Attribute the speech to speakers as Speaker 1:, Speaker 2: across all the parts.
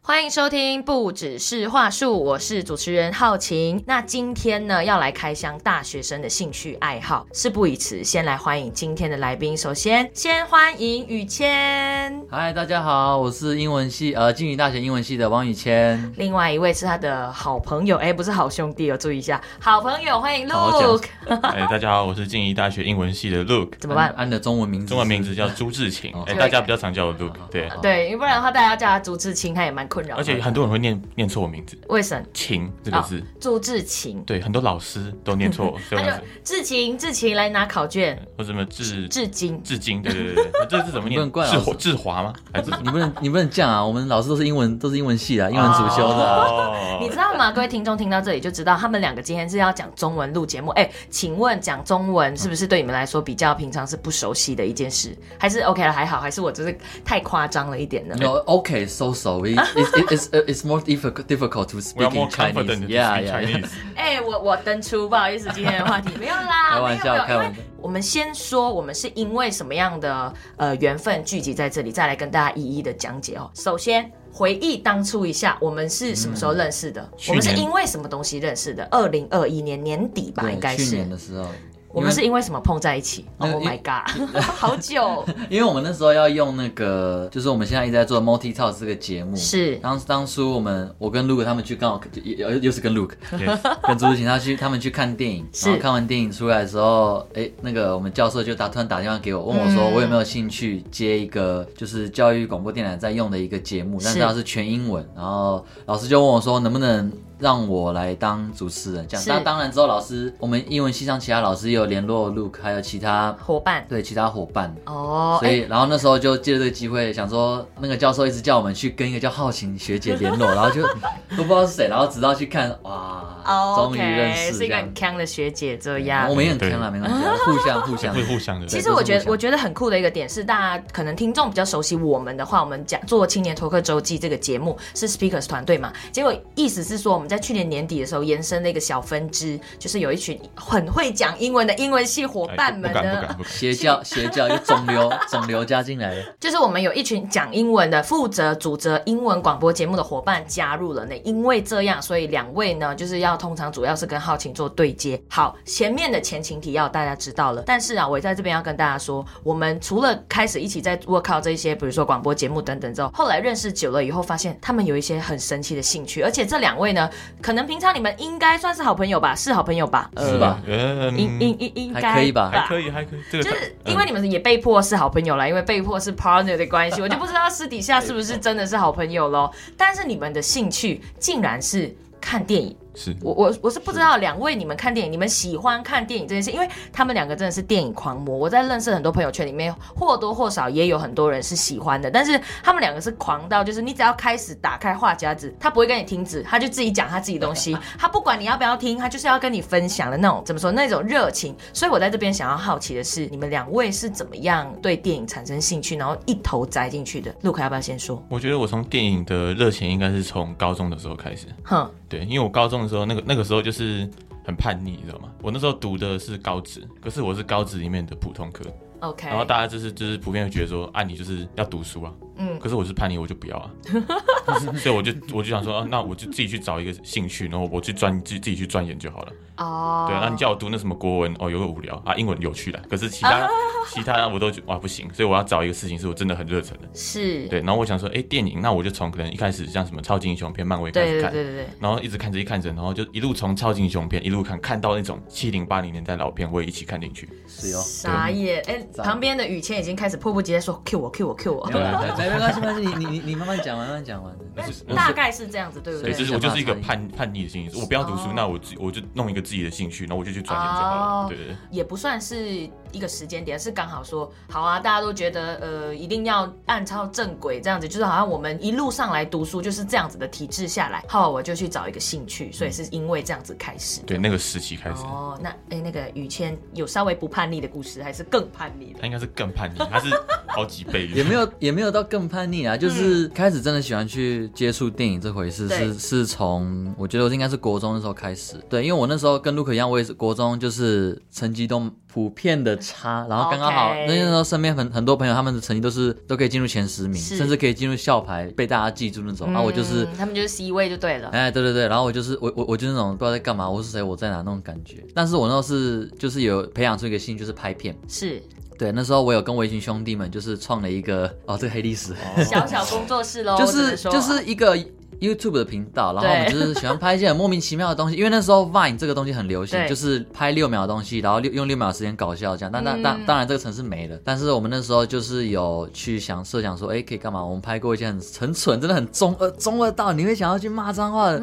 Speaker 1: 欢迎收听，不只是话术，我是主持人浩晴。那今天呢，要来开箱大学生的兴趣爱好。事不宜迟，先来欢迎今天的来宾。首先，先欢迎雨谦，
Speaker 2: 嗨，大家好，我是英文系呃，静宜大学英文系的王宇谦。
Speaker 1: 另外一位是他的好朋友，哎，不是好兄弟哦，注意一下，好朋友，欢迎
Speaker 3: 好好
Speaker 1: Luke。
Speaker 3: 哎、大家好，我是静宜大学英文系的 Luke，
Speaker 1: 怎么办
Speaker 2: 按？按你的中文名字是，哦
Speaker 3: 中文名字叫朱志勤。哎、
Speaker 1: 对
Speaker 3: 大家比较常叫我 Luke，对，
Speaker 1: 对，不然的话，大家叫他朱志清，他也蛮困扰的。
Speaker 3: 而
Speaker 2: 哦
Speaker 3: 且很多人会念念错我名字
Speaker 1: 为什么
Speaker 3: “勤”这个字，
Speaker 1: 朱志勤？
Speaker 3: 对，很多老师都念 错，这
Speaker 1: 他
Speaker 3: 样
Speaker 1: 就
Speaker 3: 子，
Speaker 1: 志勤，志勤来拿考卷，
Speaker 3: 或者什么志
Speaker 1: 志勤。
Speaker 3: 志金，对对对对，这是怎么
Speaker 2: 你不能
Speaker 3: 念？
Speaker 2: 怪老
Speaker 3: 志
Speaker 2: 师
Speaker 3: 华志 华吗？还是
Speaker 2: 你不能你不能这样啊！我们老师都是英文都是英文系啊的，英文主修的。
Speaker 1: 你
Speaker 3: 哦
Speaker 1: 知，道吗？各位听众听到这里就知道，他们两个今天是要讲中文录节目。哎，请问讲中文是不是对你们来说比较平常是不熟悉的一件事？还是 OK 了，还好，还是我只是太夸张了一点呢？
Speaker 2: No, OK, so so. It, it, it's it's more difficult difficult to
Speaker 3: 我要
Speaker 2: speak in
Speaker 3: more
Speaker 2: Chinese.
Speaker 3: confident to
Speaker 2: Yeah,
Speaker 3: speak
Speaker 2: yeah.
Speaker 3: Chinese。
Speaker 1: 哎、我我登出，不好意思，今天的话题没有啦，
Speaker 2: 开玩笑
Speaker 1: 没有没
Speaker 2: 开
Speaker 1: 有
Speaker 2: 玩
Speaker 1: 因
Speaker 2: 笑
Speaker 1: 为我们先说我们是因为什么样的呃缘分聚集在这里，再来跟大家一一的讲解哦。首先。回忆当初一下，我们是什么时
Speaker 2: 嗯
Speaker 1: 候认识的？我们是
Speaker 3: 去年
Speaker 1: 因为什么东西认识的？二零二一年年底吧，应该
Speaker 2: 对，去
Speaker 1: 是
Speaker 2: 年。的时候，
Speaker 1: 我们是因为什么碰在一起
Speaker 2: 那
Speaker 1: ？Oh
Speaker 2: 个
Speaker 1: my god，好 久
Speaker 2: 因为我们那时候要用那个，就是我们现在一直在做 Multi Talk 这个节目。
Speaker 1: 是
Speaker 2: 当当初我们我跟 Luke 他们去刚好就又又是跟 Luke
Speaker 3: Yes，
Speaker 2: 跟朱晴他去他们去看电影，
Speaker 1: 是
Speaker 2: 然后看完电影出来的时候，哎，那个我们教授就打突然打电话给我，问我说
Speaker 1: 嗯
Speaker 2: 我有没有兴趣接一个就是教育广播电台在用的一个节目，但是
Speaker 1: 是
Speaker 2: 它是全英文，然后老师就问我说能不能。让我来当主持人，这样。
Speaker 1: 是
Speaker 2: 那当然之后，老师我们英文系上其他老师也有联络 Luke，还有其他
Speaker 1: 伙伴
Speaker 2: 对其他伙伴，
Speaker 1: 哦，
Speaker 2: 所
Speaker 1: 哎、
Speaker 2: 以然后那时候就借这个机会，想说那个教授一直叫我们去跟一个叫浩晴学姐联络，然后就都不知道是谁，然后直到去看，哇，
Speaker 1: o
Speaker 2: 终于认
Speaker 1: k
Speaker 2: 识
Speaker 1: 哎哦是
Speaker 2: 这
Speaker 1: 一个
Speaker 2: 样哦
Speaker 1: 很。强的学姐这样
Speaker 2: 我。们也很坑啦，没关系啊，互相互相
Speaker 3: 会。互相的。
Speaker 1: 其
Speaker 2: 对
Speaker 1: 实
Speaker 2: 都是
Speaker 1: 我觉
Speaker 2: 互
Speaker 1: 得，
Speaker 2: 相
Speaker 1: 我觉得很酷的一个点是，大家可能听众比较熟悉我们的话，我们讲做青年托客周记这个节目是 Speakers 团队嘛，结果意思是说我们在去年年底的时候延伸了一个小分支，就是有一群很会讲英文的英文系伙
Speaker 3: 哎
Speaker 1: 伴
Speaker 3: 不
Speaker 1: 们
Speaker 3: 不
Speaker 1: 呢，
Speaker 3: 敢不敢不敢，
Speaker 2: 邪 教邪教又肿瘤肿瘤加进来了，
Speaker 1: 就是我们有一群讲英文的、负责主责英文广播节目的伙伴加入了呢。因为这样，所以两位呢，就是要通常主要是跟浩晴做对接。好，前面的前情提要大家知道了，但是啊，我在这边要跟大家说，我们除了开始一起在 work out 这一些，比如说广播节目等等之后，后来认识久了以后，发现他们有一些很神奇的兴趣，而且这两位呢，可能平常你们应该算是好朋友吧，是好朋友吧？呃，
Speaker 2: 是吧？
Speaker 1: 应
Speaker 3: 嗯
Speaker 1: 应，应应该
Speaker 2: 还可以吧
Speaker 3: 还可以还可以，这个嗯
Speaker 1: 就是因为你们也被迫是好朋友啦，因为被迫是 partner 的关 系，我就不知道私底下是不是真的是好朋友咯。但是你们的兴趣竟然是看电影，
Speaker 3: 是
Speaker 1: 我我我是不知道两位你们看电影，你们喜欢看电影这件事，因为他们两个真的是电影狂魔。我在认识很多朋友圈里面，或多或少也有很多人是喜欢的，但是他们两个是狂到，就是你只要开始打开话匣子，他不会跟你停止，他就自己讲他自己东西，他不管你要不要听，他就是要跟你分享的那种怎么说那种热情。所以我在这边想要好奇的是，你们两位是怎么样对电影产生兴趣，然后一头栽进去的？陆凯要不要先说？
Speaker 3: 我觉得我从电影的热情应该是从高中的时候开始。
Speaker 1: 哼，
Speaker 3: 对，因为我高中的时候，那个那个时候就是很叛逆，你知道吗？我那时候读的是高职，可是我是高职里面的普通科，
Speaker 1: OK，
Speaker 3: 然后大家就是就是普遍会觉得说，啊，你就是要读书啊，
Speaker 1: 嗯
Speaker 3: 嗯，可是我是叛逆，我就不 要啊， 所以我就我就想说、啊，那我就自己去找一个兴趣，然后我去钻自己自己去钻研就好了。
Speaker 1: 哦，
Speaker 3: 对啊，那你叫我读那什么国文，哦，有个无聊啊，英文有趣的，可是其他、 其他我都觉得哇不行，所以我要找一个事情是我真的很热忱的。
Speaker 1: 是，
Speaker 3: 对，然后我想说，哎，电影，那我就从可能一开始像什么超级英雄片、漫威开
Speaker 1: 对
Speaker 3: 始
Speaker 1: 对
Speaker 3: 看
Speaker 1: 对。对对。
Speaker 3: 然后一直看着一看着，然后就一路从超级英雄片一路看看到那种七零八零年代老片，我也一起看进去。
Speaker 2: 是哦哟。
Speaker 1: 傻眼！哎、
Speaker 2: 傻眼
Speaker 1: 旁边的雨谦已经开始迫不及待说 “Q 我，Q 我，Q 我
Speaker 2: 没有啦没没关系，没关系，你你你你慢慢讲，慢慢讲完。”，嗯
Speaker 1: 大概是这样子，对不
Speaker 3: 对，
Speaker 1: 对？
Speaker 3: 就是我就是一个叛叛逆的心理，我不要读书，
Speaker 1: 哦
Speaker 3: 那我自我就弄一个自己的兴趣，然后我就去钻研就
Speaker 1: 哦
Speaker 3: 好了。对对对，
Speaker 1: 也不算是一个时间点，是刚好说好啊，大家都觉得呃一定要按照正轨这样子，就是好像我们一路上来读书就是这样子的体制下来，好，我就去找一个兴趣，所以是因为这样子开始。
Speaker 3: 对那个时期开始，
Speaker 1: 哦，那哎、那个雨谦有稍微不叛逆的故事，还是更叛逆的？
Speaker 3: 他应该是更叛逆，他是好几倍。
Speaker 2: 也没有也没有到更叛逆啊，
Speaker 1: 嗯
Speaker 2: 就是开始真的喜欢去接触电影这回事，
Speaker 1: 对
Speaker 2: 是是从我觉得应该是国中的时候开始。对，因为我那时候跟 Luke 一样，我也是国中就是成绩都普遍的差，然后刚刚好
Speaker 1: 哦 OK
Speaker 2: 那时候身边很很多朋友他们的成绩都是都可以进入前十名，
Speaker 1: 是
Speaker 2: 甚至可以进入校牌被大家记住那种。啊，我就是
Speaker 1: 嗯嗯他们就是 C 位就对了。
Speaker 2: 哎，对对对，然后我就是我我我就是那种不知道在干嘛，我是谁，我在哪那种感觉。但是我那时候是就是有培养出一个兴趣，就是拍片。
Speaker 1: 是
Speaker 2: 对，那时候我有跟我一群兄弟们就是创了一个哦，这个黑历史，
Speaker 1: 小小工作室喽，
Speaker 2: 就
Speaker 1: 我只
Speaker 2: 是
Speaker 1: 能说
Speaker 2: 就是一个 YouTube 的频道，然后我们
Speaker 1: 对
Speaker 2: 就是喜欢拍一些很莫名其妙的 东西，因为那时候 Vine 这个东西很流行，
Speaker 1: 对
Speaker 2: 就是拍六秒的东西，然后六用六秒的时间搞笑这样。但但
Speaker 1: 嗯
Speaker 2: 当当然这个城市没了，但是我们那时候就是有去想设想说，哎，可以干嘛？我们拍过一些很很蠢，真的很中二中二到你会想要去骂脏话的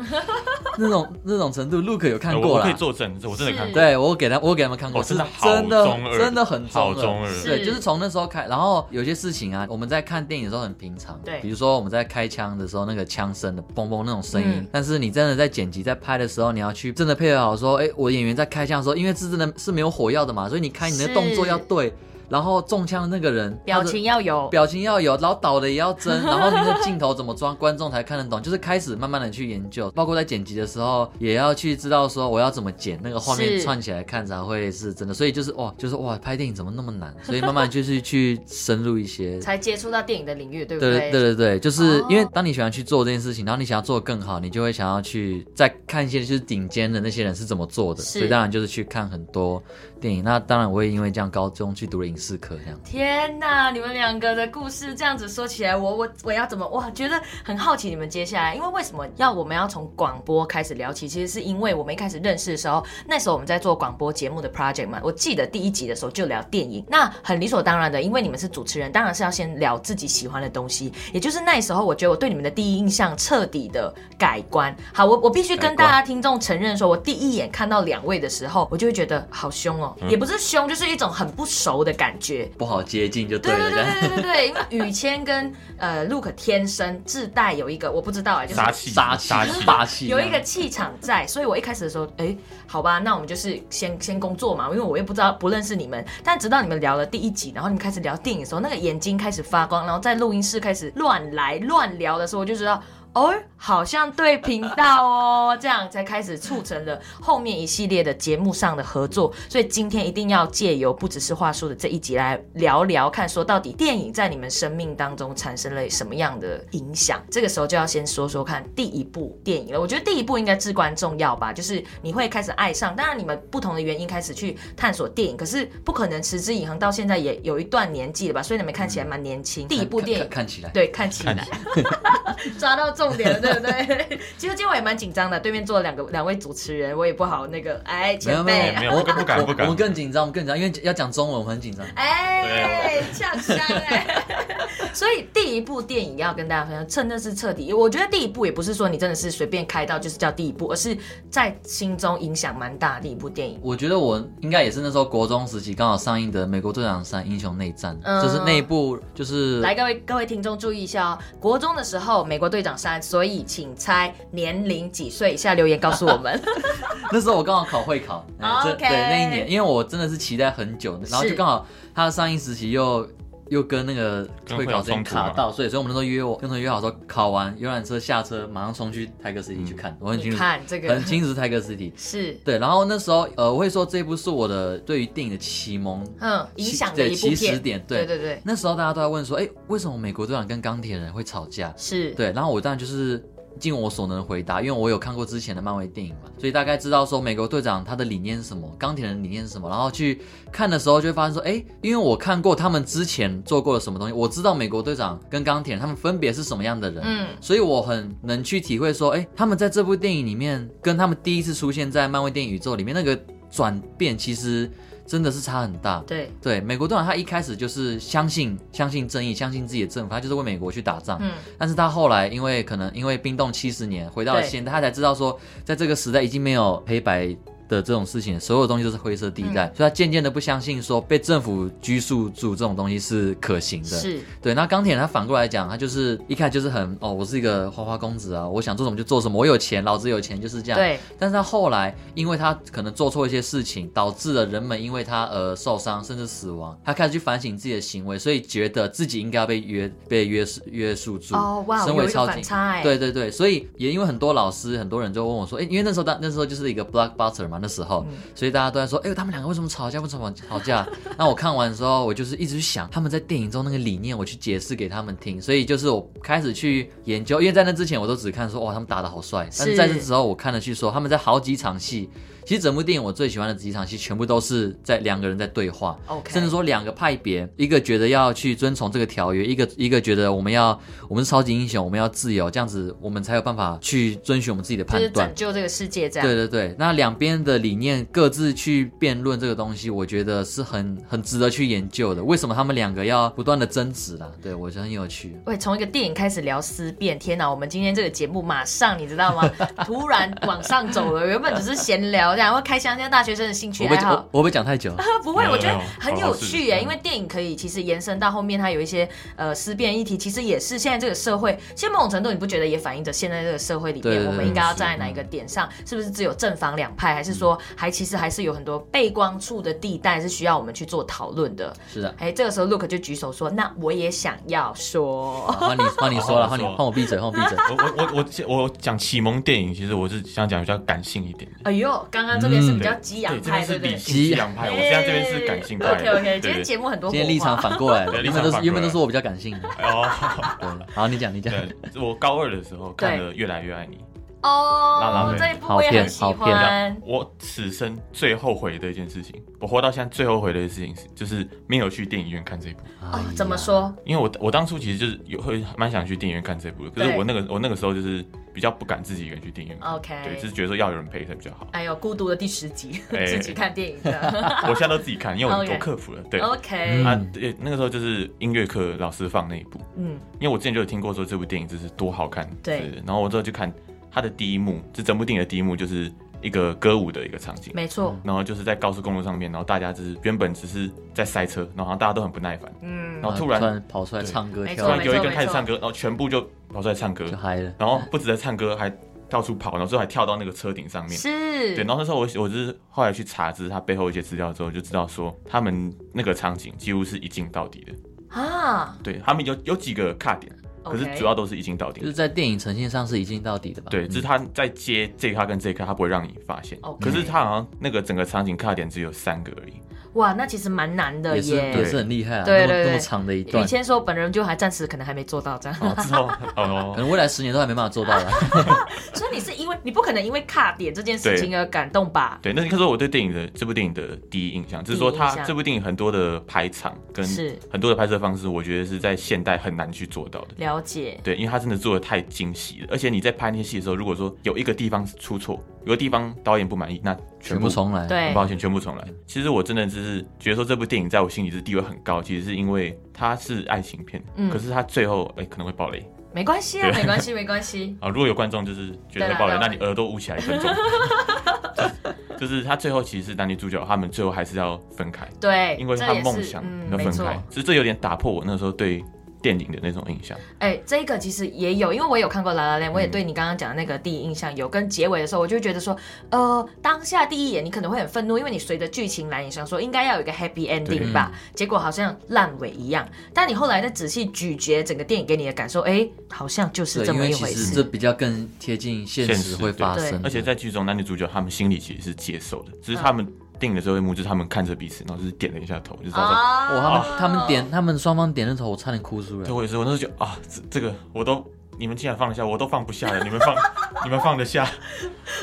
Speaker 2: 那种那种程度。Luke 有看
Speaker 3: 我
Speaker 2: 过
Speaker 3: 我
Speaker 2: 啦
Speaker 3: 可以，作证，这我真的看过。
Speaker 2: 对我给他我给他们看过，
Speaker 3: 哦真的好
Speaker 2: 真的
Speaker 3: 中二
Speaker 2: 真的很
Speaker 3: 好
Speaker 2: 中
Speaker 3: 中二
Speaker 1: 是
Speaker 2: 对，就是从那时候开，然后有些事情啊，我们在看电影的时候很平常，
Speaker 1: 对
Speaker 2: 比如说我们在开枪的时候那个枪声的嘣嘣那种声音，
Speaker 1: 嗯
Speaker 2: 但是你真的在剪辑在拍的时候，你要去真的配合好说，哎，我演员在开枪的时候，因为是真的是没有火药的嘛，所以你开你的
Speaker 1: 是
Speaker 2: 动作要对，然后中枪的那个人
Speaker 1: 表。
Speaker 2: 他的
Speaker 1: 情要有，
Speaker 2: 表情要有，然后倒的也要真，然后那个镜头怎么装，观众才看得懂。 就是开始慢慢的去研究，包括在剪辑的时候，也要去知道说我要怎么剪那个画面
Speaker 1: 是
Speaker 2: 串起来看才会是真的。所以就是哇，就是哇，拍电影怎么那 么难？所以慢慢就是去深入一些。
Speaker 1: 才接触到电影的领域，对不
Speaker 2: 对对对对对，就是
Speaker 1: 哦
Speaker 2: 因为当你喜欢去做这件事情，然后你想要做得更好，你就会想要去再看一些就是顶尖的那些人是怎么做的，
Speaker 1: 是
Speaker 2: 所以当然就是去看很多电影。那当然我也因为这样高中去读了影视课，这样。
Speaker 1: 天呐，你们两个的故事这样子说起来，我我我要怎么？我觉得很好奇你们接下来，因为为什么要我们要从广播开始聊起？其实是因为我们一开始认识的时候，那时候我们在做广播节目的 project 嘛，我记得第一集的时候就聊电影，那很理所当然的，因为你们是主持人，当然是要先聊自己喜欢的东西。也就是那时候，我觉得我对你们的第一印象彻底的改观。好，我我必须跟
Speaker 2: 改观
Speaker 1: 大家听众承认说，我第一眼看到两位的时候，我就会觉得好凶哦，也不是凶，就是一种很不熟的感觉。
Speaker 2: 不好接近就对
Speaker 1: 对
Speaker 2: 了，
Speaker 1: 对
Speaker 2: 这样。
Speaker 1: 对对对对，因为雨谦跟呃 Look 天生自带有一个我不知道哎、就是
Speaker 3: 杀气
Speaker 2: 杀气
Speaker 3: 杀
Speaker 2: 霸气，啊
Speaker 1: 有一个气场在，所以我一开始的时候，哎、好吧，那我们就是先先工作嘛，因为我也不知道不认识你们，但直到你们聊了第一集，然后你们开始聊电影的时候，那个眼睛开始发光，然后在录音室开始乱来乱聊的时候，我就知道。哦，好像对频道哦，这样才开始促成了后面一系列的节目上的合作。所以今天一定要借由不只是话术的这一集来聊聊，看说到底电影在你们生命当中产生了什么样的影响。这个时候就要先说说看第一部电影了。我觉得第一部应该至关重要吧，就是你会开始爱上，当然你们不同的原因开始去探索电影，可是不可能持之以恒，到现在也有一段年纪了吧，所以你们看起来蛮年轻。第一部电
Speaker 2: 看
Speaker 1: 影
Speaker 2: 看。看起来，
Speaker 1: 对，看起来
Speaker 3: 看起
Speaker 1: 抓到重点了，对不对？ 其实今天我也蛮紧张的，对面坐了两个两位主持人，我也不好那个，哎，
Speaker 2: 没
Speaker 1: 前
Speaker 2: 有
Speaker 1: 辈，
Speaker 2: 没有
Speaker 3: 没
Speaker 2: 没
Speaker 3: 有
Speaker 2: 有，我
Speaker 3: 不敢不敢
Speaker 2: 我们更紧张，我们更紧张，因为要讲中文，我们很紧张。
Speaker 1: 哎，
Speaker 2: 啊
Speaker 1: 呛香哎！ 所以第一部电影要跟大家分享，趁的是彻底。我觉得第一部也不是说你真的是随便开到就是叫第一部，而是在心中影响蛮大的一部电影。
Speaker 2: 我觉得我应该也是那时候国中时期刚好上映的《美国队长三：英雄内战》，
Speaker 1: 嗯
Speaker 2: 就是那一部，就是
Speaker 1: 来，各位各位听众注意一下哦，国中的时候《美国队长三》，所以请猜年龄几岁？以下留言告诉我们。
Speaker 2: 那时候我刚好考会 考，哎
Speaker 1: 哦 OK
Speaker 2: 对那一年，因为我真的是期待很久，然后
Speaker 1: 是
Speaker 2: 就刚好他的上映时期又。又跟那个
Speaker 3: 跟
Speaker 2: 会
Speaker 3: 会
Speaker 2: 考
Speaker 3: 考
Speaker 2: 之间
Speaker 3: 冲突嘛啊
Speaker 2: 卡到，所以所以我们那时候约我跟同学约好说，考完游览车下车，马上冲去泰戈 City 去看。 我很清
Speaker 1: 你
Speaker 2: 楚，
Speaker 1: 看这个
Speaker 2: 很清楚是泰戈 City。
Speaker 1: 是，
Speaker 2: 对，然后那时候呃，我会说这部是我的对于电影的启蒙。
Speaker 1: 嗯，影响的一部
Speaker 2: 起始
Speaker 1: 片。
Speaker 2: 点，
Speaker 1: 对
Speaker 2: 对
Speaker 1: 对对，
Speaker 2: 那时候大家都在问说，哎，为什么美国队长跟钢铁人会吵架？
Speaker 1: 是。
Speaker 2: 对，然后我当然就是尽我所能回答，因为我有看过之前的漫威电影嘛，所以大概知道说美国队长他的理念是什么，钢铁人的理念是什么，然后去看的时候就会发现说，哎，因为我看过他们之前做过的什么东西，我知道美国队长跟钢铁人他们分别是什么样的人，
Speaker 1: 嗯
Speaker 2: 所以我很能去体会说，哎，他们在这部电影里面跟他们第一次出现在漫威电影宇宙里面那个转变，其实真的是差很大。
Speaker 1: 对，
Speaker 2: 对，美国队长他一开始就是相信相信正义，相信自己的政府，他就是为美国去打仗。
Speaker 1: 嗯，
Speaker 2: 但是他后来因为可能因为冰冻七十年，回到了
Speaker 1: 对
Speaker 2: 现代，他才知道说，在这个时代已经没有黑白的这种事情，所有东西都是灰色地
Speaker 1: 嗯
Speaker 2: 带，所以他渐渐的不相信说被政府拘束住这种东西是可行的。
Speaker 1: 是
Speaker 2: 对，那钢铁人他反过来讲，他就是一开始就是很哦，我是一个花花公子啊，我想做什么就做什么，我有钱，老子有钱就是这样。。
Speaker 1: 对，
Speaker 2: 但是他后来，因为他可能做错一些事情，导致了人们因为他而受伤甚至死亡，他开始去反省自己的行为，所以觉得自己应该要被约被约束约束住。
Speaker 1: 哦哇，
Speaker 2: 身
Speaker 1: 有
Speaker 2: 为
Speaker 1: 一个
Speaker 2: 超
Speaker 1: 反
Speaker 2: 级。
Speaker 1: 差哎，
Speaker 2: 对对对，所以也因为很多老师，很多人就问我说，哎、因为那时候当那时候就是一个 blockbuster 嘛，那时候，
Speaker 1: 嗯
Speaker 2: 所以大家都在说，哎、他们两个为什么吵架？为什么吵架？ 那我看完的时候，我就是一直去想他们在电影中那个理念，我去解释给他们听。所以就是我开始去研究，因为在那之前我都只看说，哇，他们打的好帅。但是在这之后，我看了去说他们在好几场戏，其实整部电影我最喜欢的几场戏，全部都是在两个人在对话。
Speaker 1: ，OK，
Speaker 2: 甚至说两个派别，一个觉得要去遵从这个条约，一个一个觉得我们要我们是超级英雄，我们要自由，这样子我们才有办法去遵循我们自己的
Speaker 1: 就
Speaker 2: 判
Speaker 1: 是
Speaker 2: 断
Speaker 1: 拯。救这个世界这样，
Speaker 2: 对对对，那两边的理念各自去辩论这个东西，我觉得是很很值得去研究的。为什么他们两个要不断的争执啦？对我觉得很有趣。
Speaker 1: 喂，从一个电影开始聊思辨，天哪！我们今天这个节目马上你知道 吗？突然往上走了，原本只是闲聊这样，会开箱现在大学生的兴趣
Speaker 2: 我被
Speaker 1: 爱
Speaker 2: 我
Speaker 1: 好。
Speaker 2: 我会不会讲太久，
Speaker 1: 不会，
Speaker 3: 没有
Speaker 1: 我觉得
Speaker 3: 没有
Speaker 1: 很
Speaker 3: 好好
Speaker 1: 有
Speaker 3: 试
Speaker 1: 趣耶，
Speaker 3: 嗯
Speaker 1: 因为电影可以其实延伸到后面，它有一些呃思辨议题，其实也是现在这个社会，其实某种程度你不觉得也反映着现在这个社会里
Speaker 2: 对
Speaker 1: 面，
Speaker 2: 对
Speaker 1: 我们
Speaker 2: 对
Speaker 1: 应该要
Speaker 2: 是
Speaker 1: 站在哪一
Speaker 3: 嗯
Speaker 1: 个点上？是不是只有正反两派，还是说还其实还是有很多背光处的地带是需要我们去做讨论的？
Speaker 2: 是的，
Speaker 1: 哎，这个时候 Look 就举手说：“那我也想要 说。”
Speaker 2: 好换你换你说了，
Speaker 3: 好好
Speaker 2: 换你
Speaker 3: 说
Speaker 2: 换我闭嘴，换我闭 嘴。
Speaker 3: 我我我我我讲启蒙电影，其实我是想讲比较感性一点的。
Speaker 1: 哎呦，刚刚这边是
Speaker 3: 嗯
Speaker 1: 比较激
Speaker 3: 对，
Speaker 1: 昂
Speaker 3: 这
Speaker 1: 派，
Speaker 3: 边
Speaker 1: 对
Speaker 3: 是
Speaker 1: 不
Speaker 3: 理
Speaker 1: 对？
Speaker 3: 性激昂派，我现在这边是感性派。
Speaker 1: OK OK，今
Speaker 3: 对
Speaker 1: 天
Speaker 3: 对
Speaker 1: 节目很多火
Speaker 2: 今天立场
Speaker 1: 花
Speaker 2: 反过来了，
Speaker 3: 对
Speaker 2: 原
Speaker 3: 立
Speaker 2: 本
Speaker 3: 场
Speaker 2: 都
Speaker 3: 反
Speaker 2: 是
Speaker 3: 过来
Speaker 2: 原本都是我比较感性的。
Speaker 3: 哦，
Speaker 2: 对，好，你讲你讲。
Speaker 3: 对，我高二的时候看了《越来越爱你》，拉拉
Speaker 1: 哦
Speaker 3: 队，
Speaker 1: 这一部我也很喜
Speaker 2: 好片好
Speaker 1: 欢。
Speaker 3: 我此生最后悔的一件事情，我活到现在最后悔的一件事情是，就是没有去电影院看这一部。
Speaker 1: 哦
Speaker 2: 哎呀，
Speaker 1: 怎么？说？
Speaker 3: 因为我我当初其实就是有会蛮想去电影院看这部的，可
Speaker 1: 对
Speaker 3: 是我那个我那个时候就是比较不敢自己一个人去电影院看
Speaker 1: OK
Speaker 3: 对，就是觉得说要有人陪才比较
Speaker 1: 。
Speaker 3: 好
Speaker 1: 哎呦，孤独的第十集，
Speaker 3: 哎
Speaker 1: 自己看电影的。
Speaker 3: 我现在都自己看，因为我
Speaker 1: OK
Speaker 3: 我克服了。 对
Speaker 1: OK，
Speaker 3: 啊，对，那个时候就是音乐课老师放那一部，
Speaker 1: 嗯，
Speaker 3: 因为我之前就有听过说这部电影就是多好看，
Speaker 1: 对
Speaker 3: 是。然后我之后去看它的第一幕，这整部电影的第一幕就是一个歌舞的一个场景，
Speaker 1: 没错，
Speaker 3: 然后就是在高速公路上面，然后大家就是原本只是在塞车，然后好像大家都很不耐烦，
Speaker 1: 嗯
Speaker 3: 然，后突
Speaker 2: 突
Speaker 3: 然
Speaker 2: 然跑出来唱歌
Speaker 1: 对
Speaker 2: 跳
Speaker 3: 突
Speaker 2: 舞
Speaker 1: 没
Speaker 3: 然
Speaker 1: 错
Speaker 3: 有一个人开始唱歌，然后全部就跑出来唱歌，
Speaker 2: 就嗨了。
Speaker 3: 然后不止在唱歌，还到处跑，然后最后还跳到那个车顶上面。
Speaker 1: 是
Speaker 3: 对，然后那时候我我就是后来去查知他背后一些资料之后，就知道说他们那个场景几乎是一镜到底的。
Speaker 1: 啊，
Speaker 3: 对他们有有几个卡点，可
Speaker 1: OK
Speaker 3: 是主要都是一镜到底
Speaker 2: 就是。在电影呈现上是一镜到底的吧？
Speaker 3: 对，就是他在接这一卡跟这一卡，他不会让你发现。
Speaker 1: OK
Speaker 3: 可是他好像那个整个场景卡点只有三个 而已。
Speaker 1: 哇，那其实蛮难的
Speaker 2: 也是也
Speaker 1: 耶。
Speaker 2: 是很厉害啊，
Speaker 1: 对
Speaker 2: 那么
Speaker 1: 对对
Speaker 2: 那么长的一
Speaker 1: 以
Speaker 2: 段，
Speaker 1: 前说本人就还暂时可能还没做到这样，
Speaker 3: 然后之后，
Speaker 2: 可
Speaker 3: 哦，
Speaker 2: 能未来十年都还没办法做到啦。
Speaker 1: 所以你是因为你不可能因为卡点这件事
Speaker 3: 对
Speaker 1: 情而感动吧？
Speaker 3: 对，那应该说我对电影的这部电影的第一印象，就是说
Speaker 1: 第一印
Speaker 3: 他
Speaker 1: 象
Speaker 3: 这部电影很多的排场跟
Speaker 1: 是
Speaker 3: 很多的拍摄方式，我觉得是在现代很难去做到的。
Speaker 1: 了解，
Speaker 3: 对，因为他真的做的太精细了，而且你在拍那些戏的时候，如果说有一个地方出错，有个地方导演不满意，那
Speaker 2: 全
Speaker 3: 全
Speaker 2: 部
Speaker 3: 部
Speaker 2: 重来。，
Speaker 1: 对
Speaker 3: 很，抱歉，全部重来。其实我真的就是觉得说这部电影在我心里是地位很高，其实是因为它是爱情片，
Speaker 1: 嗯
Speaker 3: 可是它最后哎、可能会爆雷
Speaker 1: 没关系啊，
Speaker 3: 对
Speaker 1: 没关系，没关系。
Speaker 3: 啊！如果有观众就是觉得会爆雷，
Speaker 1: 对啊
Speaker 3: 那
Speaker 1: 对啊
Speaker 3: 你耳朵捂起来一分钟。 就是就是他最后其实是男女主角他们最后还是要分开，
Speaker 1: 对，
Speaker 3: 因为
Speaker 1: 这
Speaker 3: 他
Speaker 1: 也
Speaker 3: 梦
Speaker 1: 是
Speaker 3: 想
Speaker 1: 嗯，
Speaker 3: 要
Speaker 1: 没
Speaker 3: 分
Speaker 1: 错。
Speaker 3: 开，其实这有点打破我那时候对电影的那种印象。
Speaker 1: 哎、这个其实也有，因为我有看过《La La
Speaker 2: 嗯
Speaker 1: Land》，我也对你刚刚讲的那个第一印象有，跟结尾的时候，我就觉得说，呃，当下第一眼你可能会很愤怒，因为你随着剧情来，你想说应该要有一个 happy ending
Speaker 3: 对
Speaker 1: 吧，
Speaker 2: 嗯
Speaker 1: 结果好像烂尾一样。但你后来再仔细咀嚼整个电影给你的感受，哎、好像就是
Speaker 2: 对，
Speaker 1: 这
Speaker 2: 因
Speaker 1: 么
Speaker 2: 为
Speaker 1: 一
Speaker 2: 其
Speaker 1: 回
Speaker 2: 实
Speaker 1: 事。
Speaker 2: 这比较更贴近现
Speaker 3: 现
Speaker 2: 实
Speaker 3: 实
Speaker 2: 会发
Speaker 1: 嗯
Speaker 2: 生的，
Speaker 3: 而且在剧中男女主角他们心里其实是接受的，只是他们定的最后一幕就是他们看着彼此，然后就是点了一下头，就知道说。
Speaker 1: 啊
Speaker 2: 哇，他们他们点他们双方点的时候，我差点哭出来
Speaker 3: 对，。我也是，我那时候觉得啊，这这个我都你们竟然放得下，我都放不下了，你 们放你们放得下？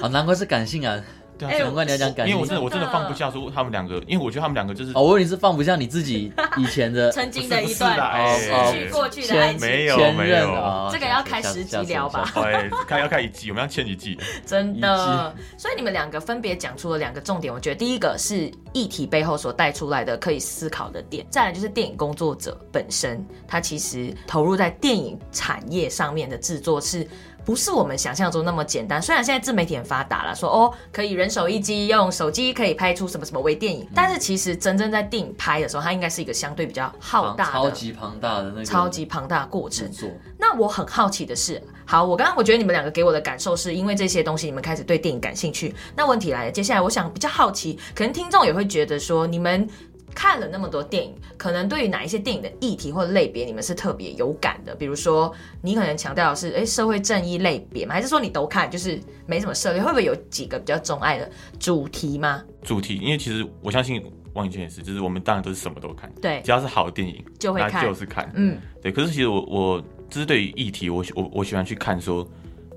Speaker 2: 啊，难怪是感性啊，
Speaker 3: 对
Speaker 1: 哎
Speaker 3: 啊，
Speaker 2: 难怪你要讲感
Speaker 3: 因为我真
Speaker 2: 性。
Speaker 3: 的我真的放不下，说他们两个，因为我觉得他们两个就是
Speaker 2: 哦，我以为你是放不下你自己以前 的
Speaker 1: 曾经
Speaker 3: 不是
Speaker 1: 的
Speaker 3: 不
Speaker 1: 一
Speaker 3: 是
Speaker 1: 段
Speaker 3: 啦
Speaker 2: 哦
Speaker 3: 哎
Speaker 1: 失去过去的爱情，
Speaker 3: 没有
Speaker 2: 前
Speaker 3: 没
Speaker 2: 任
Speaker 3: 有，
Speaker 2: 啊，
Speaker 1: 这个要开十集聊吧
Speaker 3: 哎，看要看一季，我们要欠一季，
Speaker 1: 真的，所以你们两个分别讲出了两个重点，我觉得第一个是议题背后所带出来的可以思考的点，再来就是电影工作者本身，他其实投入在电影产业上面的制作是不是我们想象中那么简单。虽然现在自媒体很发达了，说哦可以人手一机，用手机可以拍出什么什么微电
Speaker 2: 嗯
Speaker 1: 影，但是其实真正在电影拍的时候，它应该是一个相对比较浩大的、
Speaker 2: 超级庞大的那个
Speaker 1: 超级庞大的过
Speaker 2: 制
Speaker 1: 程。
Speaker 2: 作，
Speaker 1: 那我很好奇的是，好，我刚刚我觉得你们两个给我的感受是因为这些东西，你们开始对电影感兴趣。那问题来了，接下来我想比较好奇，可能听众也会觉得说，你们看了那么多电影，可能对于哪一些电影的议题或类别，你们是特别有感的？比如说，你可能强调的是，哎，社会正义类别吗？还是说你都看，就是没什么涉猎？会不会有几个比较钟爱的主题吗？
Speaker 3: 主题，因为其实我相信王宇轩也是，就是我们当然都是什么都看，
Speaker 1: 对，
Speaker 3: 只要是好电影，
Speaker 1: 就会
Speaker 3: 那
Speaker 1: 看
Speaker 3: 就是看。
Speaker 1: 嗯，
Speaker 3: 对，可是其实我我就是对于议题，我喜我我喜欢去看说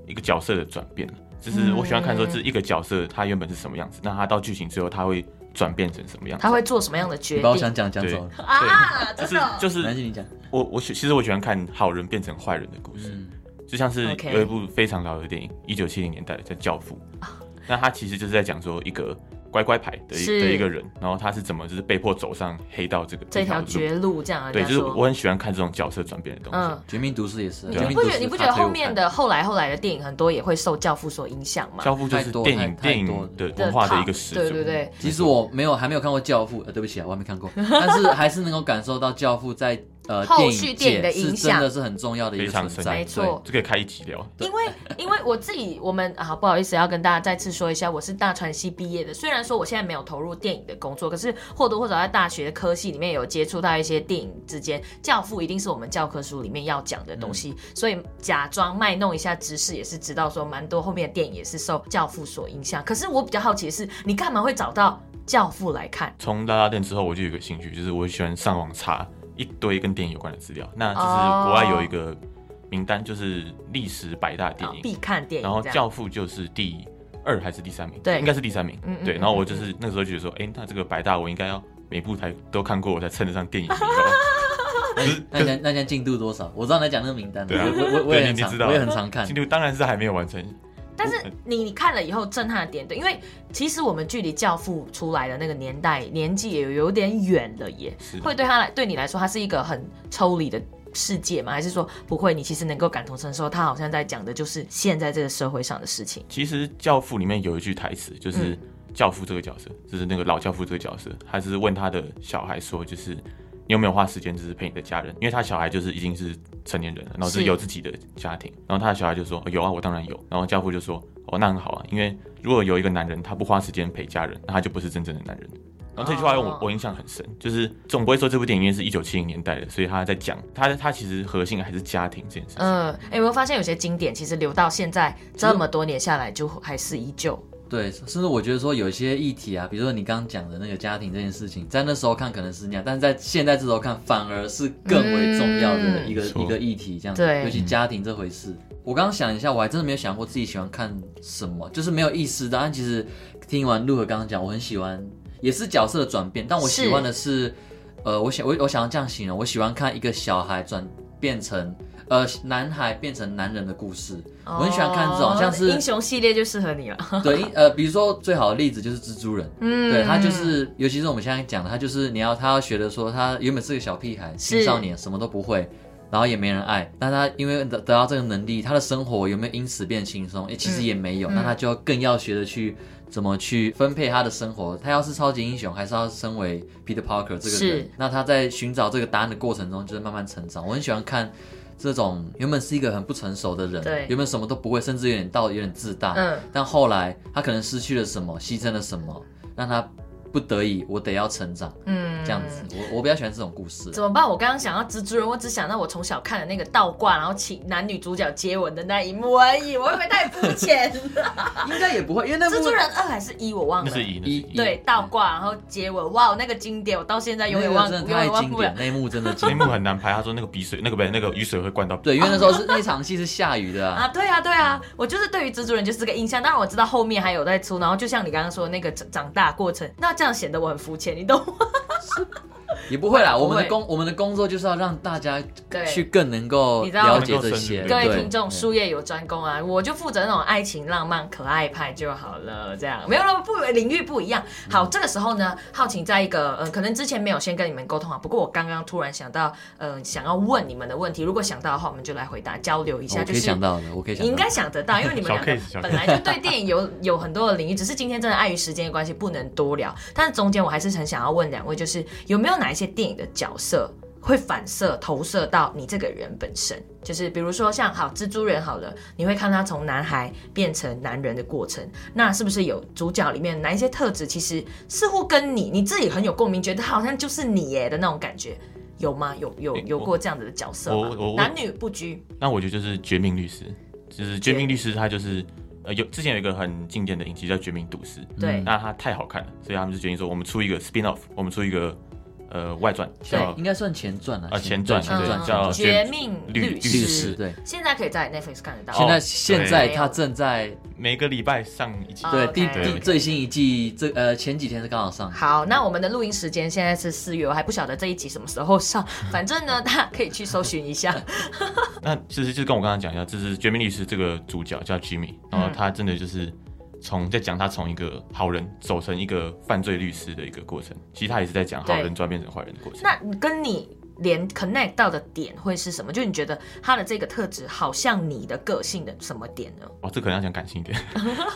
Speaker 3: 一个角色的转变，啊就是我喜欢看说
Speaker 1: 嗯
Speaker 3: 这一个角色他原本是什么样子，那他到剧情之后他会转变成什么样子
Speaker 1: 他。会做什么样的决
Speaker 2: 你把我
Speaker 1: 定
Speaker 2: 想讲讲走了，
Speaker 1: 啊？
Speaker 3: 嗯就
Speaker 1: 真
Speaker 3: 是
Speaker 1: 的哦，
Speaker 3: 就是
Speaker 2: 没关系，你讲。
Speaker 3: 我我喜其实我喜欢看好人变成坏人的故事，
Speaker 2: 嗯，
Speaker 3: 就像是
Speaker 1: OK
Speaker 3: 有一部非常老的电影，一九七零年代的叫《教父》，那他其实就是在讲说一个乖乖牌的一
Speaker 1: 是
Speaker 3: 的一个人，然后他是怎么就是被迫走上黑道这个
Speaker 1: 这条
Speaker 3: 路。
Speaker 1: 绝路这样，
Speaker 3: 对，
Speaker 1: 人
Speaker 3: 就
Speaker 1: 家
Speaker 3: 是
Speaker 1: 说
Speaker 3: 我很喜欢看这种角色转变的东西。
Speaker 1: 嗯。
Speaker 2: 绝命毒师也是啊，
Speaker 1: 你
Speaker 3: 对
Speaker 2: 绝
Speaker 3: 啊
Speaker 1: 你
Speaker 2: 命
Speaker 1: 不
Speaker 2: 毒
Speaker 1: 觉
Speaker 2: 师
Speaker 1: 得你不
Speaker 2: 他
Speaker 1: 觉得
Speaker 2: 推
Speaker 1: 后
Speaker 2: 我
Speaker 1: 面
Speaker 2: 看
Speaker 1: 的后来后来的电影很多也会受《教父》所影响嘛？
Speaker 3: 教父就
Speaker 2: 太
Speaker 3: 是
Speaker 2: 多
Speaker 3: 电
Speaker 2: 太
Speaker 3: 影
Speaker 2: 太
Speaker 3: 电
Speaker 2: 多了
Speaker 3: 影的文化的一个始祖。
Speaker 1: 对对对，
Speaker 2: 其实我没有还没有看过《教父》，呃，对不起啊，我还没看过，但是还是能够感受到《教父在》呃
Speaker 1: 后续
Speaker 2: 电
Speaker 1: 电影的
Speaker 2: 界是
Speaker 1: 影
Speaker 2: 真
Speaker 1: 响
Speaker 2: 的是很重要的一个
Speaker 3: 非常
Speaker 2: 存
Speaker 3: 深
Speaker 2: 在，
Speaker 1: 没错
Speaker 2: 对
Speaker 3: 这可以开一集聊。
Speaker 1: 因为因为我自己，我们啊，不好意思，要跟大家再次说一下，我是大传系毕业的。虽然说我现在没有投入电影的工作，可是或多或少在大学的科系里面有接触到一些电影之间，《教父》一定是我们教科书里面要讲的东
Speaker 3: 嗯
Speaker 1: 西，所以假装卖弄一下知识，也是知道说蛮多后面的电影也是受《教父》所影响。可是我比较好奇的是，你干嘛会找到《教父》来看？
Speaker 3: 从拉拉链之后，我就有一个兴趣，就是我喜欢上网查一堆跟电影有关的资料。那就是国外有一个名单，就是历史百大电
Speaker 1: 啊
Speaker 3: 影，
Speaker 1: 必看电影，
Speaker 3: 然后
Speaker 1: 这
Speaker 3: 《
Speaker 1: 样
Speaker 3: 教父》就是第二还是第三名？
Speaker 1: 对
Speaker 3: 应该是第三名
Speaker 1: 嗯嗯。
Speaker 3: 对，
Speaker 1: 嗯
Speaker 3: 然后我就是那时候觉得说，哎，那这个百大我应该要每部台都看过，我才称得上 电影迷哦。
Speaker 2: 那你那你现在那你现在进度多少？我知道你在讲那个名单，
Speaker 3: 对啊
Speaker 2: 我我我我也
Speaker 3: 对
Speaker 2: 很
Speaker 3: 你
Speaker 2: 常
Speaker 3: 知道
Speaker 2: 我也很常看
Speaker 3: 进，度当然是还没有完成，
Speaker 1: 但
Speaker 2: 哎
Speaker 1: 是你你看了以后震撼的点，对，因为其实我们距离《教父》出来的那个年代年纪也有点远了耶，
Speaker 3: 是
Speaker 1: 会对他来对你来说，它是一个很抽离的世界吗？还是说不会？你其实能够感同身受，他好像在讲的就是现在这个社会上的事情。
Speaker 3: 其实《教父》里面有一句台词，
Speaker 1: 嗯
Speaker 3: 就是教父这个角色，就是那个老教父这个角色，他是问他的小孩说，就是你有没有花时间，就是陪你的家人？因为他小孩就是已经是成年人了，然后
Speaker 1: 是
Speaker 3: 是有自己的家庭，然后他的小孩就说、哦有啊，我当然有。然后教父就说，哦，那很好啊，因为如果有一个男人他不花时间陪家人，那他就不是真正的男人。然后这句话我、
Speaker 1: 哦
Speaker 3: 我印象很深，就是总不会说这部电影因为是一九七零年代的，所以他在讲他他其实核心还是家庭这件事情。
Speaker 1: 嗯，哎、有没有发现有些经典其实留到现在这么多年下来，就还是依旧。
Speaker 2: 对，甚至我觉得说有一些议题啊，比如说你刚刚讲的那个家庭这件事情，在那时候看可能是那样，但是在现在这时候看反而是更为重要的一个、
Speaker 3: 嗯
Speaker 2: 一个议题，这样子，
Speaker 1: 对
Speaker 2: 尤其家庭这回事。我刚刚想一下，我还真的没有想过自己喜欢看什么，就是没有意识到。但其实听完陆和刚刚讲，我很喜欢，也是角色的转变，但我喜欢的是，呃，我想我我想要这样形容，我喜欢看一个小孩转变成呃男孩变成男人的故事，我很喜欢看这种，
Speaker 1: 哦
Speaker 2: 像是
Speaker 1: 英雄系列就适合你了。
Speaker 2: 对，因呃，比如说最好的例子就是蜘蛛人，
Speaker 1: 嗯
Speaker 2: 对他就是，尤其是我们现在讲的，他就是你要他要学的说，他原本是个小屁孩、
Speaker 1: 是
Speaker 2: 青少年，什么都不会，然后也没人爱，但他因为得得到这个能力，他的生活有没有因此变轻松？诶、
Speaker 1: 嗯
Speaker 2: 其实也没有，那他就更要学着去。怎么去分配他的生活？他要是超级英雄，还是要身为 Peter Parker 这个人
Speaker 1: 是？
Speaker 2: 那他在寻找这个答案的过程中，就是慢慢成长。我很喜欢看这种原本是一个很不成熟的人，
Speaker 1: 对
Speaker 2: 原本什么都不会，甚至有点到有点自大，
Speaker 1: 嗯
Speaker 2: 但后来他可能失去了什么，牺牲了什么，让他不得已，我得要成长，
Speaker 1: 嗯，
Speaker 2: 这样子。我我比较喜欢这种故事。啊
Speaker 1: 怎么办？我刚刚想到蜘蛛人，我只想到我从小看的那个倒挂，然后请男女主角接吻的那一幕而已。我会不会太肤浅？
Speaker 2: 应该也不会，因为那部
Speaker 1: 蜘蛛人二还是一，我忘
Speaker 3: 那
Speaker 1: 了。
Speaker 3: 是一，那是
Speaker 2: 一
Speaker 3: 一
Speaker 1: 对，倒挂然后接吻，哇，那个经典，我到现在
Speaker 2: 那
Speaker 1: 永远
Speaker 2: 个
Speaker 1: 忘，
Speaker 2: 真
Speaker 1: 永
Speaker 2: 的太
Speaker 1: 远忘
Speaker 2: 经
Speaker 1: 不了
Speaker 2: 典，。那一幕真的
Speaker 3: 那一
Speaker 2: 经
Speaker 3: 幕
Speaker 2: 典。
Speaker 3: 很难拍，他说那个鼻水，那个不是那个雨水会灌到
Speaker 2: 对，因为那时候是那场戏是下雨的、啊，
Speaker 1: 啊，对啊，对啊，我就是对于蜘蛛人就是这个印象。当然我知道后面还有在出，然后就像你刚刚说的那个长长大过程，那这样显得我很肤浅，你懂吗？
Speaker 2: 也不会啦。
Speaker 1: 不会
Speaker 2: 我们的工我们的工作就是要让大家
Speaker 1: 对
Speaker 2: 去更能够
Speaker 1: 你知道
Speaker 2: 了解这些。
Speaker 3: 能
Speaker 1: 各
Speaker 3: 够
Speaker 1: 位
Speaker 2: 对嗯
Speaker 1: 听众，术业有专攻啊，我就负责那种爱情、浪漫、可爱派就好了。这样没有了，不领域不一样。
Speaker 2: 嗯
Speaker 1: 好，这个时候呢，浩晴在一个呃，可能之前没有先跟你们沟通好，啊不过我刚刚突然想到，呃，想要问你们的问题，如果想到的话，我们就来回答交流一下。
Speaker 2: 哦我
Speaker 1: 就
Speaker 2: 可以
Speaker 1: 是
Speaker 2: 想到的，我可以想
Speaker 1: 你
Speaker 2: 到。
Speaker 1: 应该想得到，因为你们两
Speaker 3: 小
Speaker 1: 个
Speaker 3: case，小 case
Speaker 1: 本来就对电影有 有很多的领域，只是今天真的碍于时间的关系不能多聊。但是中间我还是很想要问两位，就是有没有哪一些电影的角色会反射投射到你这个人本身？就是比如说像好蜘蛛人好了，你会看他从男孩变成男人的过程，那是不是有主角里面哪一些特质，其实似乎跟你你自己很有共鸣，觉得好像就是你耶的那种感觉？有吗？有有
Speaker 3: 诶
Speaker 1: 有
Speaker 3: 我
Speaker 1: 过这样子的角色
Speaker 3: 我我
Speaker 1: 吗？
Speaker 3: 我
Speaker 1: 男女不拘，
Speaker 3: 那我觉得就是《绝命律师》，就是《绝命律师》，他就是呃有之前有一个很经典的影集叫《绝命毒师》，
Speaker 1: 对
Speaker 3: 那它太好看了，所以他们就决定说，我们出一个 spin off，我们出一个呃外传
Speaker 2: 对
Speaker 3: 叫，
Speaker 2: 应该算前传了
Speaker 3: 啊前传
Speaker 2: 前
Speaker 3: 对
Speaker 2: 传
Speaker 1: 嗯
Speaker 2: 前传
Speaker 3: 叫
Speaker 1: 绝命
Speaker 3: 律
Speaker 1: 律
Speaker 2: 律
Speaker 3: 律
Speaker 2: 师
Speaker 1: 师，
Speaker 2: 对。
Speaker 1: 现在可以在 Netflix 看得到。
Speaker 2: 现在
Speaker 3: 哦
Speaker 2: 现
Speaker 3: 对
Speaker 2: 在他正在
Speaker 3: 每个礼拜上一集
Speaker 1: 啊。
Speaker 2: 对
Speaker 1: OK
Speaker 2: 第
Speaker 3: 对
Speaker 2: 第最新一季这呃前几天是刚好上，
Speaker 1: 好，那我们的录音时间现在是四月，我还不晓得这一集什么时候 上，反正呢，大家可以去搜寻一下。
Speaker 3: 那其实就跟我刚刚讲一下，就是《绝命律师》这个主角叫 Jimmy，然
Speaker 1: 嗯
Speaker 3: 后他真的就是从在讲他从一个好人走成一个犯罪律师的一个过程，其实他也是在讲好
Speaker 1: 对
Speaker 3: 人转变成坏人的过程。
Speaker 1: 那跟你连 connect 到的点会是什么？就你觉得他的这个特质好像你的个性的什么点呢？
Speaker 3: 哇，哦这可能要讲感性 一点，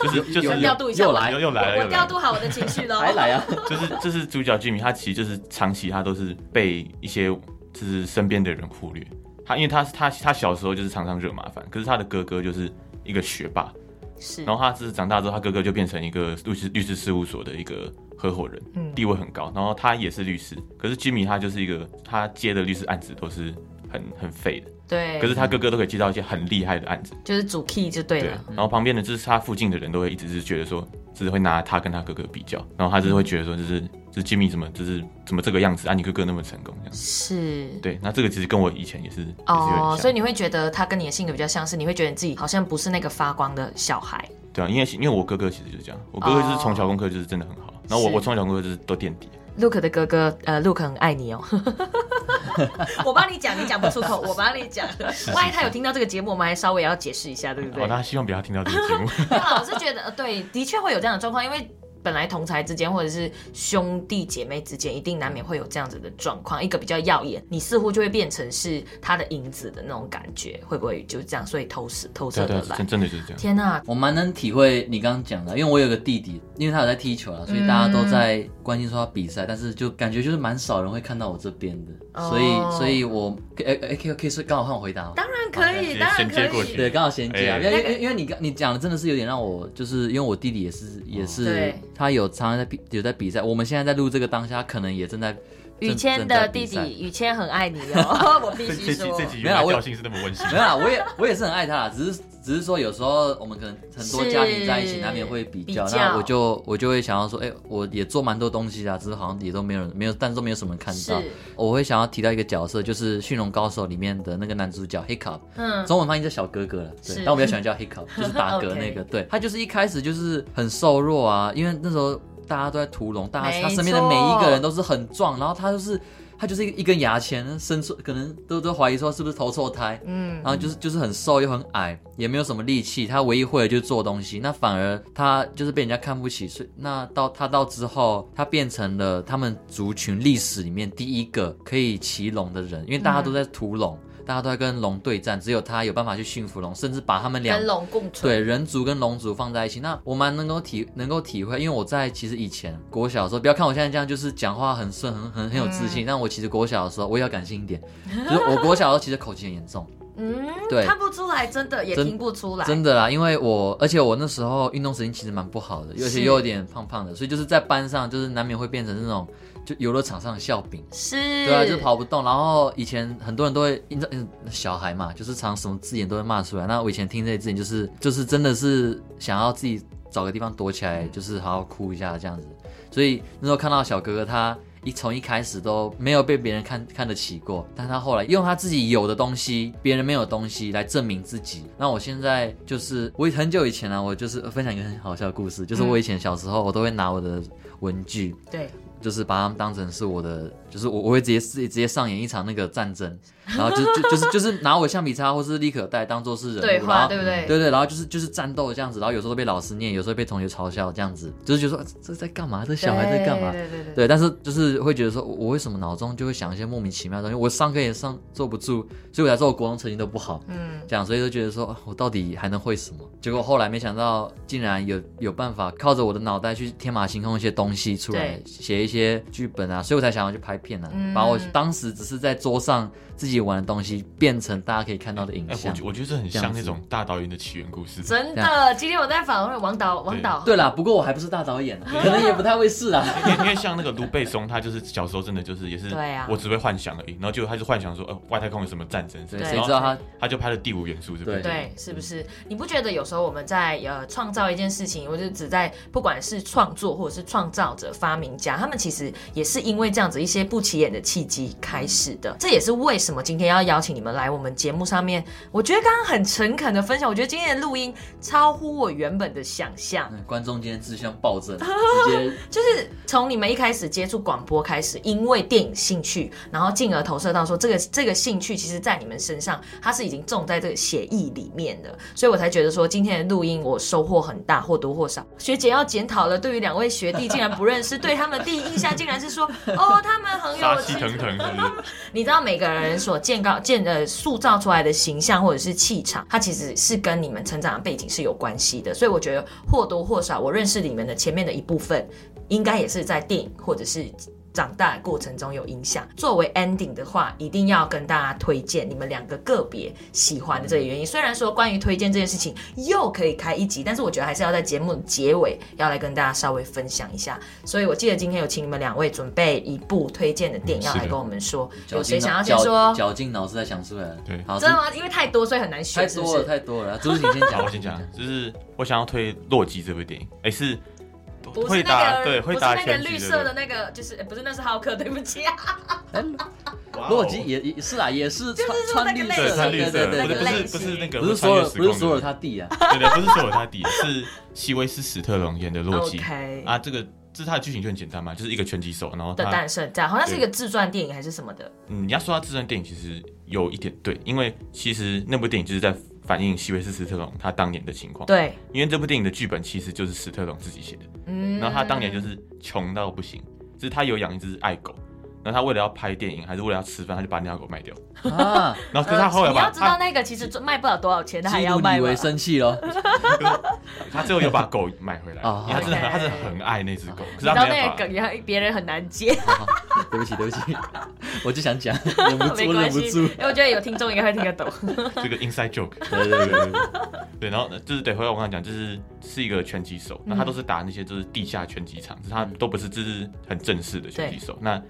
Speaker 3: 就是就
Speaker 2: 有
Speaker 1: 我
Speaker 3: 是
Speaker 1: 调度一下，
Speaker 2: 又来
Speaker 3: 又又来了，
Speaker 1: 我
Speaker 3: 又
Speaker 1: 我
Speaker 3: 来
Speaker 1: 调
Speaker 3: 了
Speaker 1: 度好我的情绪喽。
Speaker 2: 还来啊，
Speaker 3: 就是就是主角 Jimmy，他其实就是长期他都是被一些就是身边的人忽略。他因为他他他小时候就是常常惹麻烦，可是他的哥哥就是一个学霸，
Speaker 1: 是
Speaker 3: 然后他是长大之后，他哥哥就变成一个律师律师事务所的一个合伙人，
Speaker 1: 嗯
Speaker 3: 地位很高。然后他也是律师，可是 Jimmy 他就是一个他接的律师案子都是很很废的，
Speaker 1: 对，
Speaker 3: 可是他哥哥都可以接到一些很厉害的案子。
Speaker 1: 就是主 key 就对啊
Speaker 3: 对啊
Speaker 1: 了。，
Speaker 3: 然后旁边的就是他附近的人都会一直是觉得说，只是会拿他跟他哥哥比较，然后他就是会觉得说，就是就是 Jimmy 怎么就是怎么这个样子啊，你哥哥那么成功这样。
Speaker 1: 是。
Speaker 3: 对，那这个其实跟我以前也是也是有点
Speaker 1: 哦
Speaker 3: 像，，
Speaker 1: 所以你会觉得他跟你的性格比较相似，你会觉得你自己好像不是那个发光的小孩。
Speaker 3: 对啊，因为因为我哥哥其实就是这样，我哥哥就是从小功课就是真的很好，然后我
Speaker 1: 哦是
Speaker 3: 我从小功课就是都垫底，
Speaker 1: Look 的哥哥，呃，Look 很爱你哦。我帮你讲，你讲不出口，我帮你讲。万一他有听到这个节目，我们还稍微要解释一下，对不对？
Speaker 3: 哦，大家希望不要听到这个节目。
Speaker 1: 对啊，我是觉得，呃对，的确会有这样的状况，因为本来同才之间或者是兄弟姐妹之间，一定难免会有这样子的状况。一个比较耀眼，你似乎就会变成是他的影子的那种感觉，会不会就是这样？所以投射投
Speaker 3: 对
Speaker 1: 射
Speaker 3: 啊对
Speaker 1: 的
Speaker 3: 啊，
Speaker 1: 来
Speaker 3: 真。真的就是这样。
Speaker 1: 天呐、
Speaker 2: 我蛮能体会你刚刚讲的，因为我有个弟弟，因为他有在踢球了，啊所以大家都在关心说他比赛，但是就感觉就是蛮少人会看到我这边的，
Speaker 1: 哦
Speaker 2: 所以所以我哎哎可以可以是刚好换我回答吗？
Speaker 1: 当然可以，
Speaker 3: 好
Speaker 1: 当然
Speaker 3: 衔
Speaker 1: 可
Speaker 3: 接过
Speaker 1: 以
Speaker 3: 去。
Speaker 2: 对，刚好衔接啊，
Speaker 3: 哎
Speaker 2: 因为因为因为你刚你讲的真的是有点让我，就是因为我弟弟也是也是
Speaker 1: 哦对，
Speaker 2: 他有常常在比有在比赛，我们现在在录这个当下，他可能也正在
Speaker 1: 雨谦的弟弟，雨谦很爱你哦，我必须说。
Speaker 3: 集
Speaker 2: 原来调
Speaker 3: 性是那么温馨
Speaker 2: 没有啊啦，我也我也是很爱他啦，啊只是只是说有时候我们可能很多家庭在一起
Speaker 1: 是
Speaker 2: 难免会比较，
Speaker 1: 比较
Speaker 2: 那我就我就会想要说，哎、我也做蛮多东西啊啦，只是好像也都没有人没有，但是都没有什么人看
Speaker 1: 是
Speaker 2: 到。，我会想要提到一个角色，就是《驯龙高手》里面的那个男主角 Hiccup，
Speaker 1: 嗯，
Speaker 2: 中文翻译叫小哥哥了，对
Speaker 1: 是，
Speaker 2: 但我比较喜欢 叫 Hiccup，就是打嗝那个，对他就是一开始就是很瘦弱啊，因为那时候大家都在屠龙，大
Speaker 1: 没错
Speaker 2: 家他身边的每一个人都是很壮，然后他就是他就是一根牙签伸出，可能都都怀疑说是不是投错胎，
Speaker 1: 嗯
Speaker 2: 然，后就是就是很瘦又很矮，也没有什么力气，他唯一会的就是做东西，那反而他就是被人家看不起，所以那到他到之后，他变成了他们族群历史里面第一个可以骑龙的人，因为
Speaker 1: 嗯
Speaker 2: 大家都在屠龙，大家都在跟龙对战，只有他有办法去驯服龙，甚至把他们两
Speaker 1: 跟龙共存。
Speaker 2: 对人族跟龙族放在一起，那我蛮能够体能够体会，因为我在其实以前国小的时候，不要看我现在这样，就是讲话很顺，很很很有自
Speaker 1: 嗯
Speaker 2: 信，但我其实国小的时候，我也要感性一点，就是我国小的时候其实口疾很严重。
Speaker 1: 嗯，
Speaker 2: 对
Speaker 1: 看不出来，真的也
Speaker 2: 真
Speaker 1: 听不出来，
Speaker 2: 真的啦，因为我而且我那时候运动神经其实蛮不好的，而
Speaker 1: 是
Speaker 2: 且又有点胖胖的，所以就是在班上就是难免会变成那种就游乐场上的笑柄。
Speaker 1: 是，
Speaker 2: 对啊，就跑不动。然后以前很多人都会，你知道嗯小孩嘛，就是常什么字眼都会骂出来。那我以前听这些字眼，就是就是真的是想要自己找个地方躲起来，就是好好哭一下这样子。所以那时候看到小哥哥他。一从一开始都没有被别人看看得起过，但他后来用他自己有的东西，别人没有的东西来证明自己。那我现在就是，我很久以前啊，我就是分享一个很好笑的故事，就是我以前小时候，我都会拿我的文具，
Speaker 1: 对，
Speaker 2: 就是把他们当成是我的，就是我我会直接直接上演一场那个战争，然后就就就是就是拿我橡皮擦或是立可带当做是人物，
Speaker 1: 对
Speaker 2: 然
Speaker 1: 话，
Speaker 2: 后
Speaker 1: 对不对？
Speaker 2: 对对，然后就是就是战斗这样子，然后有时候都被老师念，有时候被同学嘲笑这样子，就是觉得说啊这这在干嘛？这小孩在干嘛？
Speaker 1: 对对对对。
Speaker 2: 对，但是就是会觉得说，我我为什么脑中就会想一些莫名其妙的东西？我上课也上坐不住，所以我才说我国中成绩都不好，
Speaker 1: 嗯，
Speaker 2: 这样，所以就觉得说啊我到底还能会什么？结果后来没想到，竟然有有办法靠着我的脑袋去天马行空一些东西出来
Speaker 1: 对，
Speaker 2: 写一些剧本啊，所以我才想要去拍片啊，
Speaker 1: 嗯
Speaker 2: 把我当时只是在桌上自己玩的东西变成大家可以看到的影
Speaker 3: 哎、
Speaker 2: 像
Speaker 3: 我。觉我觉得这很
Speaker 2: 这
Speaker 3: 像
Speaker 2: 样子
Speaker 3: 那种大导演的起源故事。
Speaker 1: 真的，今天我在访问王导，王导，
Speaker 2: 对啦，不过我还不是大导 演、啊，可能也不太会试啊。
Speaker 3: 因为因为像那个卢贝松，他就是小时候真的就是也是，
Speaker 1: 对啊
Speaker 3: 我只会幻想而已。然后就他就幻想说，呃，外太空有什么战争什
Speaker 2: 对，
Speaker 3: 么，
Speaker 1: 对
Speaker 2: 谁
Speaker 3: 然
Speaker 2: 知道
Speaker 3: 后
Speaker 2: 他
Speaker 3: 他就拍了《第五元素》这部
Speaker 2: 对
Speaker 3: 电影。
Speaker 1: 对，是不是？你不觉得有时候我们在呃创造一件事情，或者只在不管是创作或者是创造者、发明家，他们其实也是因为这样子一些不起眼的契机开始的。这也是为什么今天要邀请你们来我们节目上面。我觉得刚刚很诚恳的分享，我觉得今天的录音超乎我原本的想象。
Speaker 2: 嗯观众今天志向 暴增，直接
Speaker 1: 就是从你们一开始接触广播开始，因为电影兴趣，然后进而投射到说这个这个兴趣，其实在你们身上，它是已经种在这个血液里面的，所以我才觉得说今天的录音我收获很大，或多或少。学姐要检讨了，对于两位学弟竟然不认识，对他们的第一印象竟然是说哦，他们很
Speaker 3: 杀
Speaker 1: 有
Speaker 3: 气
Speaker 1: 气
Speaker 3: 腾腾，是不是？
Speaker 1: 你知道每个人所建高建呃塑造出来的形象或者是气场，它其实是跟你们成长的背景是有关系的。所以我觉得或多或少，我认识你们的前面的一部分，应该也是在电影或者是。长大的过程中有影响。作为 ending 的话，一定要跟大家推荐你们两个个别喜欢的这个原因。虽然说关于推荐这件事情又可以开一集，但是我觉得还是要在节目结尾要来跟大家稍微分享一下。所以我记得今天有请你们两位准备一部推荐的电影
Speaker 3: 嗯
Speaker 1: 要
Speaker 3: 是
Speaker 1: 来
Speaker 3: 的
Speaker 1: 跟我们说，有
Speaker 2: 绞
Speaker 1: 谁
Speaker 2: 尽
Speaker 1: 想要
Speaker 2: 脑
Speaker 1: 先说
Speaker 2: 绞？绞尽脑汁才想出来的。
Speaker 3: 对
Speaker 2: 好，
Speaker 1: 真的吗？因为太多，所以很难
Speaker 2: 太
Speaker 1: 选，是不
Speaker 2: 多了，
Speaker 1: 是？
Speaker 2: 太 多了。啊朱子，你先
Speaker 3: 好，
Speaker 2: 讲，
Speaker 3: 我先讲，就是我想要推《洛基》这部电影，哎、是
Speaker 1: 不
Speaker 3: 会
Speaker 1: 是
Speaker 3: 打、
Speaker 1: 那个，
Speaker 3: 对
Speaker 1: 不
Speaker 3: 会
Speaker 1: 是
Speaker 3: 打
Speaker 1: 那个
Speaker 3: 拳击
Speaker 1: 绿
Speaker 3: 对
Speaker 1: 色
Speaker 3: 不
Speaker 1: 的
Speaker 3: 对
Speaker 1: 那个，就是呃不是那是浩克，对不起啊，
Speaker 3: 哦
Speaker 2: 洛基也也是啊，也
Speaker 1: 是
Speaker 2: 是穿
Speaker 1: 说那
Speaker 2: 穿
Speaker 1: 个
Speaker 2: 绿
Speaker 1: 类
Speaker 2: 色
Speaker 3: 对
Speaker 2: 的，
Speaker 1: 型
Speaker 3: 穿绿
Speaker 2: 对
Speaker 3: 色
Speaker 2: 对
Speaker 3: 的，
Speaker 1: 那个
Speaker 2: 对
Speaker 3: 不是
Speaker 2: 对，
Speaker 3: 不
Speaker 1: 类
Speaker 3: 是
Speaker 1: 型
Speaker 3: 不是那个
Speaker 2: 不是所
Speaker 3: 穿越
Speaker 2: 有
Speaker 3: 时
Speaker 2: 不是
Speaker 3: 空
Speaker 2: 所有
Speaker 3: 的
Speaker 2: 他弟 啊，
Speaker 3: 对对，不是所有他弟，是西威斯·史特龙演的洛基
Speaker 1: OK
Speaker 3: 啊。这个这是他的剧情就很简单嘛，就是一个拳击手，然后
Speaker 1: 的
Speaker 3: 他
Speaker 1: 诞生，这样好像是一个自传电影还是什么的，
Speaker 3: 嗯，你要说他自传电影，其实有一点对，因为其实那部电影就是在反映西维斯·史特龙他当年的情况。
Speaker 1: 对，
Speaker 3: 因为这部电影的剧本其实就是史特龙自己写的，
Speaker 1: 嗯
Speaker 3: 哦然后他当年就是穷到不行，就是他有养一只爱狗，然后他为了要拍电影还是为了要吃饭，他就把那条狗卖掉。
Speaker 2: 啊，
Speaker 3: 然后
Speaker 1: 呃
Speaker 3: 可是他后来
Speaker 1: 你要
Speaker 3: 把
Speaker 1: 知道
Speaker 3: 他
Speaker 1: 那个其实卖不了多少钱，他还
Speaker 2: 基
Speaker 1: 要
Speaker 2: 努
Speaker 1: 卖
Speaker 2: 里
Speaker 1: 吗
Speaker 2: 维生气 了，
Speaker 3: 他最后有把狗买回来，
Speaker 2: 哦
Speaker 3: 因为他真的很
Speaker 1: OK
Speaker 3: 他真的很爱那只狗，可
Speaker 1: 你
Speaker 3: 是
Speaker 1: 知道
Speaker 3: 他没
Speaker 1: 那个
Speaker 3: 有办
Speaker 1: 梗
Speaker 3: 法。
Speaker 1: 也很，别人很难 接，
Speaker 2: 对不起对不起，我就想讲，忍 不
Speaker 1: 没
Speaker 2: 住
Speaker 1: 关
Speaker 2: 忍不
Speaker 1: 系，
Speaker 2: 住
Speaker 1: 因，为我觉得有听众应该会听得 懂。
Speaker 3: 这个 inside joke，
Speaker 2: 对对对，
Speaker 3: 对，然后呃就是得回到我刚才讲，就是是一个拳击手，那他都是打那些就是地下拳击场，就是他都不是就是很正式的拳击手。那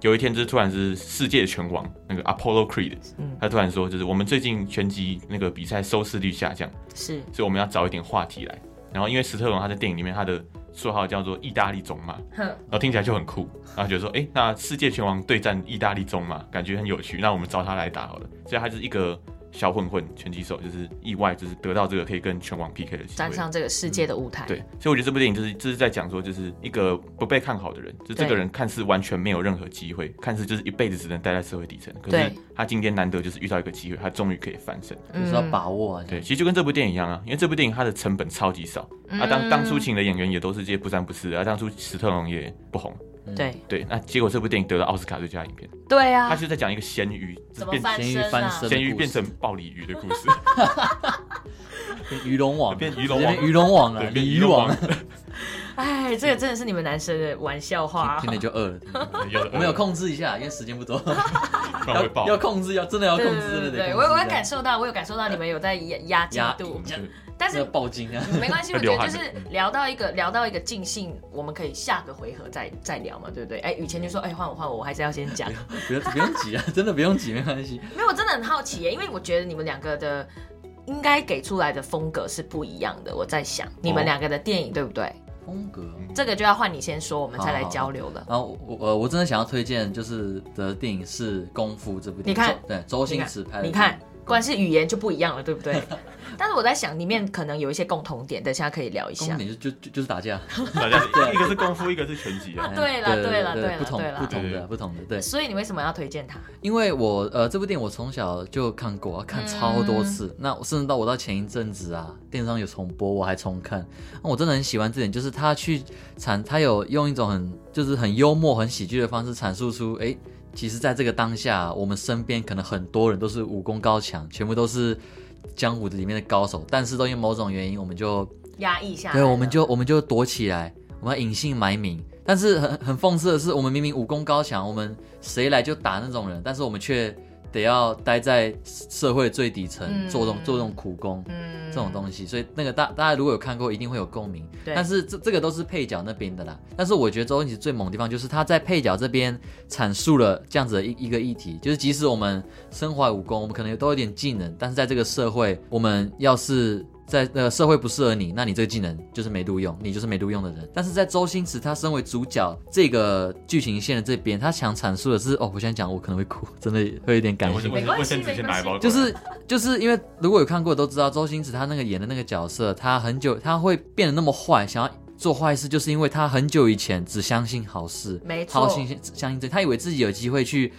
Speaker 3: 有一天就是突然是世界拳王那个 Apollo Creed，
Speaker 1: 嗯
Speaker 3: 他突然说就是我们最近拳击那个比赛收视率下降，
Speaker 1: 是
Speaker 3: 所以我们要找一点话题来。然后因为史特龙他在电影里面他的绰号叫做意大利种马，
Speaker 1: 哼
Speaker 3: 然后听起来就很酷，然后觉得说，哎、那世界拳王对战意大利中嘛，感觉很有趣，那我们找他来打好了。所以他就是一个小混混拳击手，就是意外就是得到这个可以跟拳王 PK 的机
Speaker 1: 站
Speaker 3: 会。
Speaker 1: 上这个世界的舞台，
Speaker 3: 对，所以我觉得这部电影就是就是在讲说，就是一个不被看好的人，就这
Speaker 1: 对
Speaker 3: 个人看似完全没有任何机会，看似就是一辈子只能待在社会底层，可是
Speaker 1: 对
Speaker 3: 他今天难得就是遇到一个机会，他终于可以翻身。
Speaker 2: 就
Speaker 1: 嗯
Speaker 2: 是要把握啊，
Speaker 3: 对，其实就跟这部电影一样啊，因为这部电影它的成本超级少，
Speaker 1: 嗯
Speaker 3: 啊当当初请的演员也都是这些不三不四的，啊当初史特龙也不红，
Speaker 1: 对
Speaker 3: 对，那结果这部电影得了奥斯卡最佳影片，
Speaker 1: 对啊
Speaker 3: 他，就在讲一个咸鱼
Speaker 1: 怎么
Speaker 3: 变
Speaker 1: 翻
Speaker 2: 咸鱼
Speaker 1: 身啊？
Speaker 2: 翻身
Speaker 3: 咸鱼变成暴鲤鱼的故事，
Speaker 2: 变鱼龙网，
Speaker 3: 变鱼龙网
Speaker 2: 直接变鱼龙网了，
Speaker 3: 对，变
Speaker 2: 鲤
Speaker 3: 鱼
Speaker 2: 鱼网
Speaker 3: 王，，
Speaker 1: 哎，这个真的是你们男生的玩笑话啊
Speaker 2: 听。了就饿了听了。
Speaker 3: 有的
Speaker 2: 我们有，控制一下，因为时间不 多，
Speaker 3: 不然会爆
Speaker 2: 要。要控制，要真的要控
Speaker 1: 对
Speaker 2: 制，
Speaker 1: 对
Speaker 2: 真
Speaker 1: 对
Speaker 2: 的
Speaker 1: 对对，
Speaker 2: 得
Speaker 1: 我我有
Speaker 2: 控制
Speaker 1: 感受到，我有感受到你们有在压压进
Speaker 2: 压
Speaker 1: 度，
Speaker 3: 对
Speaker 1: 但
Speaker 2: 这
Speaker 1: 是
Speaker 2: 样爆精啊，
Speaker 1: 没关系，我
Speaker 3: 要
Speaker 1: 觉
Speaker 3: 流
Speaker 1: 得
Speaker 3: 汗
Speaker 1: 就是聊到一个聊到一个尽兴，我们可以下个回合再再聊嘛，对不对？哎，雨前就说，哎，换我换我，我还是要先讲，
Speaker 2: 不用不用急啊，真的不用急，没关系。
Speaker 1: 没有，我真的很好奇耶，因为我觉得你们两个的应该给出来的风格是不一样的。我在想你们两个的电影对不对？
Speaker 2: 风格
Speaker 3: 嗯
Speaker 2: 哦。
Speaker 1: 这个就要换你先说，我们再来
Speaker 2: 好好
Speaker 1: 交流了。
Speaker 2: 然后我呃我我真的想要推荐就是的电影是《功夫》这部
Speaker 1: 你
Speaker 2: 电影，
Speaker 1: 看
Speaker 2: 周对周星驰
Speaker 1: 你看
Speaker 2: 拍的，
Speaker 1: 你看关系语言就不一样了，对不对？但是我在想，里面可能有一些共同点，等一下可以聊一
Speaker 2: 重
Speaker 1: 下。
Speaker 2: 点就就就就是打架。
Speaker 3: 大家一个是功夫，一个是拳击啊。
Speaker 1: 对啦
Speaker 2: 哎
Speaker 1: 对啦对啦
Speaker 2: 不同
Speaker 1: 对啦
Speaker 2: 不同
Speaker 3: 对
Speaker 2: 的不同的，对，
Speaker 1: 所以你为什么要推荐它？
Speaker 2: 因为我呃这部电影我从小就看过，看超多次。那我甚至到我到前一阵子啊，电视上有重播，我还重看。那我真的很喜欢这点，就是他去阐，他有用一种很就是很幽默、很喜剧的方式阐述出，哎，其实在这个当下，我们身边可能很多人都是武功高强，全部都是江湖里面的高手，但是都因为某种原因，我们就
Speaker 1: 压抑下来了，
Speaker 2: 对，我们就我们就躲起来，我们要隐姓埋名。但是很很讽刺的是，我们明明武功高强，我们谁来就打那种人，但是我们却得要待在社会最底层，
Speaker 1: 嗯
Speaker 2: 做这种做这种苦工。
Speaker 1: 嗯
Speaker 2: 这种东西，所以那个大大家如果有看过，一定会有共鸣。
Speaker 1: 对
Speaker 2: 但是这这个都是配角那边的啦。但是我觉得周星驰最猛的地方就是他在配角这边阐述了这样子的一一个议题，就是即使我们身怀武功，我们可能都有点技能，但是在这个社会，我们要是在呃社会不适合你，那你这个技能就是没录用，你就是没录用的人。但是在周星驰他身为主角这个剧情线的这边，他想阐述的是哦，我先讲，我可能会哭，真的会有点感
Speaker 3: 我
Speaker 2: 性。
Speaker 1: 没关系
Speaker 3: 我甚至先拿一包过来，
Speaker 2: 就是就是因为如果有看过都知道，周星驰他那个演的那个角色，他很久他会变得那么坏，想要做坏事，就是因为他很久以前只相信好事，
Speaker 1: 没错
Speaker 2: 好信相信这，他以为自己有机会去。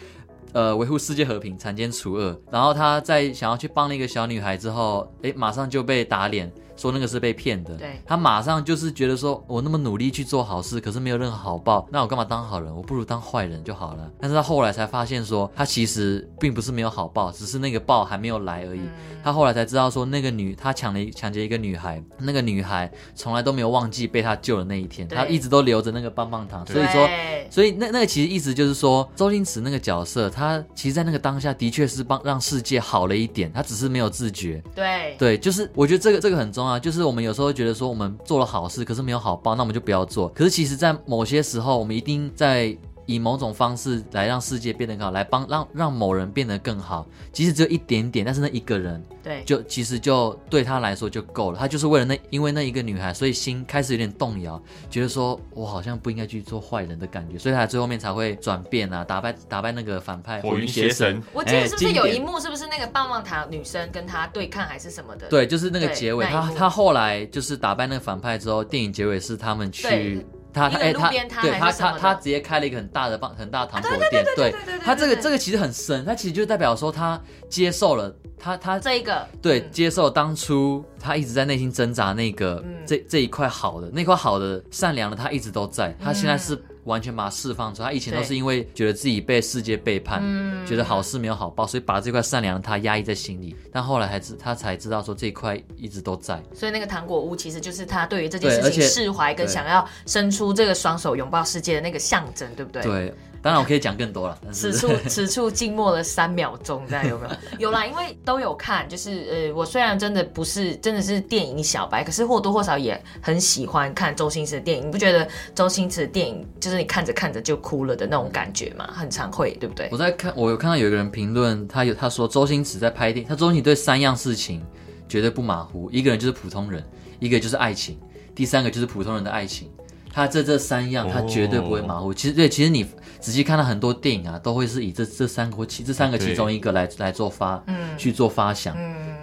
Speaker 2: 呃，维护世界和平，铲奸除恶。然后他在想要去帮那个小女孩之后，诶，马上就被打脸，说那个是被骗的。
Speaker 1: 对
Speaker 2: 他马上就是觉得说，我那么努力去做好事，可是没有任何好报，那我干嘛当好人？我不如当坏人就好了。但是他后来才发现说，他其实并不是没有好报，只是那个报还没有来而
Speaker 1: 嗯
Speaker 2: 已。他后来才知道说，那个女他抢了一抢劫一个女孩，那个女孩从来都没有忘记被他救的那一天，
Speaker 1: 对
Speaker 2: 她一直都留着那个棒棒糖。
Speaker 3: 对
Speaker 2: 所以说，
Speaker 1: 对
Speaker 2: 所以那那个其实意思就是说，周星驰那个角色，他其实，在那个当下的确是帮让世界好了一点，他只是没有自觉。
Speaker 1: 对
Speaker 2: 对，就是我觉得这个这个很重要，就是我们有时候觉得说我们做了好事，可是没有好报，那我们就不要做。可是其实，在某些时候，我们一定在以某种方式来让世界变得更好，来帮让让某人变得更好，即使只有一点点，但是那一个人
Speaker 1: 对
Speaker 2: 就其实就对他来说就够了。他就是为了那因为那一个女孩，所以心开始有点动摇，觉得说我好像不应该去做坏人的感觉，所以他最后面才会转变啊，打败打败那个反派
Speaker 3: 火云邪神。
Speaker 1: 我记得是不是
Speaker 2: 哎
Speaker 1: 有一
Speaker 2: 经典
Speaker 1: 幕，是不是那个棒棒糖女生跟他对抗还是什么的？
Speaker 2: 对，就是那个
Speaker 1: 对
Speaker 2: 结尾，
Speaker 1: 那一
Speaker 2: 他
Speaker 1: 幕
Speaker 2: 他后来就是打败那个反派之后，电影结尾是他们
Speaker 1: 对
Speaker 2: 去。他
Speaker 1: 一个
Speaker 2: 哎、
Speaker 1: 路
Speaker 2: 他
Speaker 1: 边摊
Speaker 2: 对
Speaker 1: 还
Speaker 2: 他
Speaker 1: 是什么
Speaker 2: 他
Speaker 1: 的啊
Speaker 2: 他直接开了一个很大的棒很大的糖果店，
Speaker 1: 对
Speaker 2: 对
Speaker 1: 对对
Speaker 2: 他这
Speaker 1: 对
Speaker 2: 个
Speaker 1: 对
Speaker 2: 这个其实很深，他其实就代表说他接受了他他
Speaker 1: 这一个
Speaker 2: 对
Speaker 1: 嗯
Speaker 2: 接受当初他一直在内心挣扎那个
Speaker 1: 嗯
Speaker 2: 这这一块好的那块好的善良的他一直都在，他现在是完全把它释放出来，他以前都
Speaker 1: 嗯对
Speaker 2: 是因为觉得自己被世界背叛，
Speaker 1: 嗯
Speaker 2: 觉得好事没有好报，所以把这块善良的他压抑在心里。但后来还知他才知道说这一块一直都在。
Speaker 1: 所以那个糖果屋其实就是他对于这件
Speaker 2: 对
Speaker 1: 事
Speaker 2: 而
Speaker 1: 情
Speaker 2: 且
Speaker 1: 释怀跟
Speaker 2: 对
Speaker 1: 想要伸出这个双手拥抱世界的那个象征，对不对？。
Speaker 2: 对，当然我可以讲更多了，但
Speaker 1: 此
Speaker 2: 是
Speaker 1: 处此处静默了三秒钟，大家有没 有？有啦，因为都有看，就是呃，我虽然真的不是真的是电影小白，可是或多或少也很喜欢看周星驰的电影。你不觉得周星驰的电影就是你看着看着就哭了的那种感觉吗？很常会，对不对
Speaker 2: 我？在看，我有看到有一个人评论，他有他说周星驰在拍电影，他周星驰对三样事情绝对不马虎，一个人就是普通人，一个就是爱情，第三个就是普通人的爱情。他这这三样，
Speaker 3: 哦
Speaker 2: 他绝对不会马虎。其实对，其实你仔细看到很多电影啊，都会是以这这三个或其这三个
Speaker 3: 啊对
Speaker 2: 其中一个来来做发，
Speaker 1: 嗯
Speaker 2: 去做发想。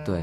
Speaker 2: 对，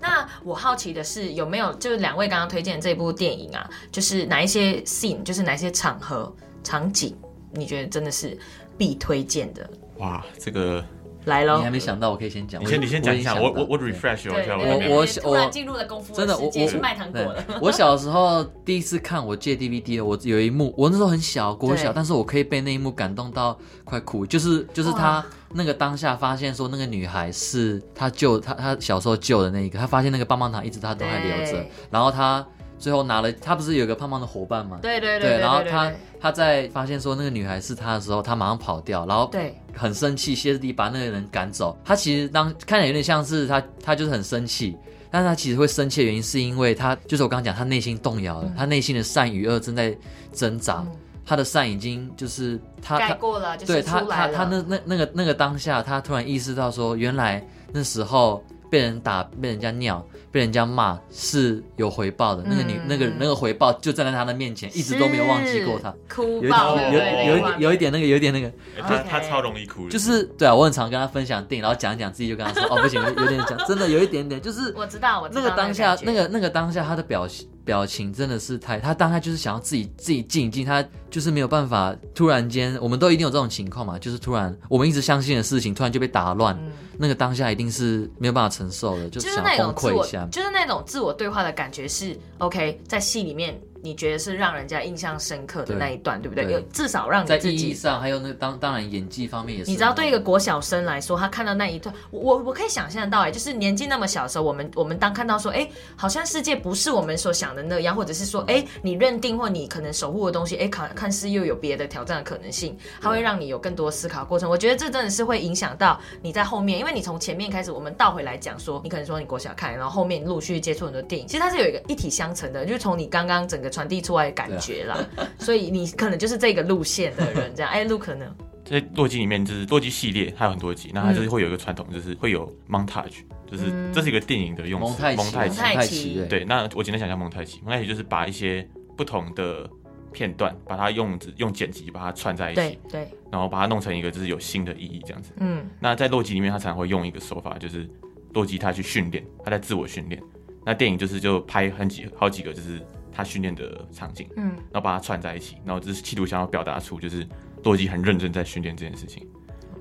Speaker 1: 那我好奇的是，有没有就是两位刚刚推荐的这部电影啊，就是哪一些 scene，就是哪一些场合场景，你觉得真的是必推荐的？
Speaker 3: 哇，这个
Speaker 1: 来喽
Speaker 2: 你还，没想到，我可以先讲。
Speaker 3: 你先
Speaker 2: 我
Speaker 3: 你先讲一
Speaker 2: 已
Speaker 3: 下，我
Speaker 2: 经想到
Speaker 3: 我我
Speaker 2: 对
Speaker 3: refresh 我一
Speaker 1: 对，
Speaker 3: 下
Speaker 2: 我
Speaker 3: 的
Speaker 1: 对
Speaker 3: 面
Speaker 1: 对
Speaker 2: 我
Speaker 1: 对
Speaker 2: 是
Speaker 1: 突然
Speaker 2: 我
Speaker 1: 进入了功夫
Speaker 2: 真的，
Speaker 1: 世
Speaker 2: 我
Speaker 1: 界
Speaker 2: 我
Speaker 1: 去卖糖果了。
Speaker 2: 对我小时候第一次看，我借 DVD，我有一幕，我那时候很小，国小，
Speaker 1: 对
Speaker 2: 但是我可以被那一幕感动到快哭。就是就是他那个当下发现说，那个女孩是他救他他小时候救的那一个，他发现那个棒棒糖一直他都还留着
Speaker 1: 对，
Speaker 2: 然后他最后拿了，他不是有一个胖胖的伙伴吗？
Speaker 1: 对对对
Speaker 2: 然后
Speaker 1: 对
Speaker 2: 他他在发现说那个女孩是他的时候，他马上跑掉，然后
Speaker 1: 对
Speaker 2: 很生气，歇斯底里把那个人赶走。他其实当看起来有点像是他，他就是很生气，但是他其实会生气的原因是因为他就是我刚刚讲，他内心动摇了，
Speaker 1: 嗯
Speaker 2: 他内心的善与恶正在挣扎，他的善已经就是他
Speaker 1: 盖
Speaker 2: 他
Speaker 1: 过了，就是
Speaker 2: 对
Speaker 1: 出
Speaker 2: 他
Speaker 1: 来
Speaker 2: 他
Speaker 1: 了。
Speaker 2: 他那那那个那个当下，他突然意识到说，原来那时候被人打、被人家尿、被人家骂是有回报的。那个女、
Speaker 1: 嗯
Speaker 2: 那个那个回报就站在他的面前，一直都没有忘记过他。
Speaker 1: 是，哭
Speaker 2: 有一
Speaker 1: 爆了，
Speaker 2: 点有
Speaker 1: 对
Speaker 2: 有
Speaker 1: 那
Speaker 2: 一
Speaker 1: 个画
Speaker 2: 点
Speaker 1: 面
Speaker 2: 有一点那个有一点那个，
Speaker 3: 欸他
Speaker 1: OK
Speaker 3: 他超容易哭的，
Speaker 2: 就是对啊，我很常跟他分享电影，然后讲一讲，自己就跟他说哦不行，有有点讲，真的有一点点，就是
Speaker 1: 我知道，我知
Speaker 2: 那
Speaker 1: 道
Speaker 2: 个当
Speaker 1: 感
Speaker 2: 下
Speaker 1: 觉
Speaker 2: 那个那个当下他的表情表情真的是太，他当下就是想要自己自己静一静，他就是没有办法突然间，我们都一定有这种情况嘛，就是突然我们一直相信的事情突然就被打乱，
Speaker 1: 嗯
Speaker 2: 那个当下一定是没有办法承受的，
Speaker 1: 就
Speaker 2: 就
Speaker 1: 是是
Speaker 2: 想
Speaker 1: 那
Speaker 2: 崩
Speaker 1: 种自
Speaker 2: 溃
Speaker 1: 我
Speaker 2: 一下，。
Speaker 1: 就是那种自我对话的感觉是 OK，在戏里面你觉得是让人家印象深刻的
Speaker 2: 对
Speaker 1: 那一段，对不对？
Speaker 2: 对
Speaker 1: 有至少让
Speaker 2: 在
Speaker 1: 你自
Speaker 2: 意义
Speaker 1: 己。
Speaker 2: 上，还有那个当当然演技方面也是，
Speaker 1: 你知道，对一个国小生来说，他看到那一段，我我我可以想象得到、哎，就是年纪那么小的时候，我们我们当看到说，哎、好像世界不是我们所想的那样，或者是说，哎、你认定或你可能守护的东西，哎、看看似又有别的挑战的可能性，它会让你有更多思考过程。我觉得这真的是会影响到你在后面，因为你从前面开始，我们倒回来讲说，你可能说你国小看，然后后面陆续接触很多电影，其实它是有一个一体相承的，就是从你刚刚整个传递出来的感觉啦，所以你可能就是这个路线的人，这样，哎、陆可能，
Speaker 3: 在洛基里面，就是洛基系列，它有很多集，那它就是会有一个传统，就是会有 montage，就是、
Speaker 1: 嗯
Speaker 3: 这是一个电影的用
Speaker 2: 蒙
Speaker 3: 词，
Speaker 2: 太奇，啊
Speaker 1: 太奇
Speaker 3: 奇。
Speaker 1: 蒙
Speaker 2: 太
Speaker 1: 奇
Speaker 2: 奇，
Speaker 3: 对，那我简单讲一下蒙太奇，蒙太奇就是把一些不同的片段，把它用用剪辑把它串在一
Speaker 1: 对
Speaker 3: 起，
Speaker 1: 对，
Speaker 3: 然后把它弄成一个就是有新的意义这样子。
Speaker 1: 嗯。
Speaker 3: 那在洛基里面，他常常会用一个手法，就是洛基他去训练，他在自我训练。那电影就是就拍很几好几个，就是他训练的场景，
Speaker 1: 嗯，
Speaker 3: 然后把它串在一起，然后就是企图想要表达出就是洛基很认真在训练这件事情。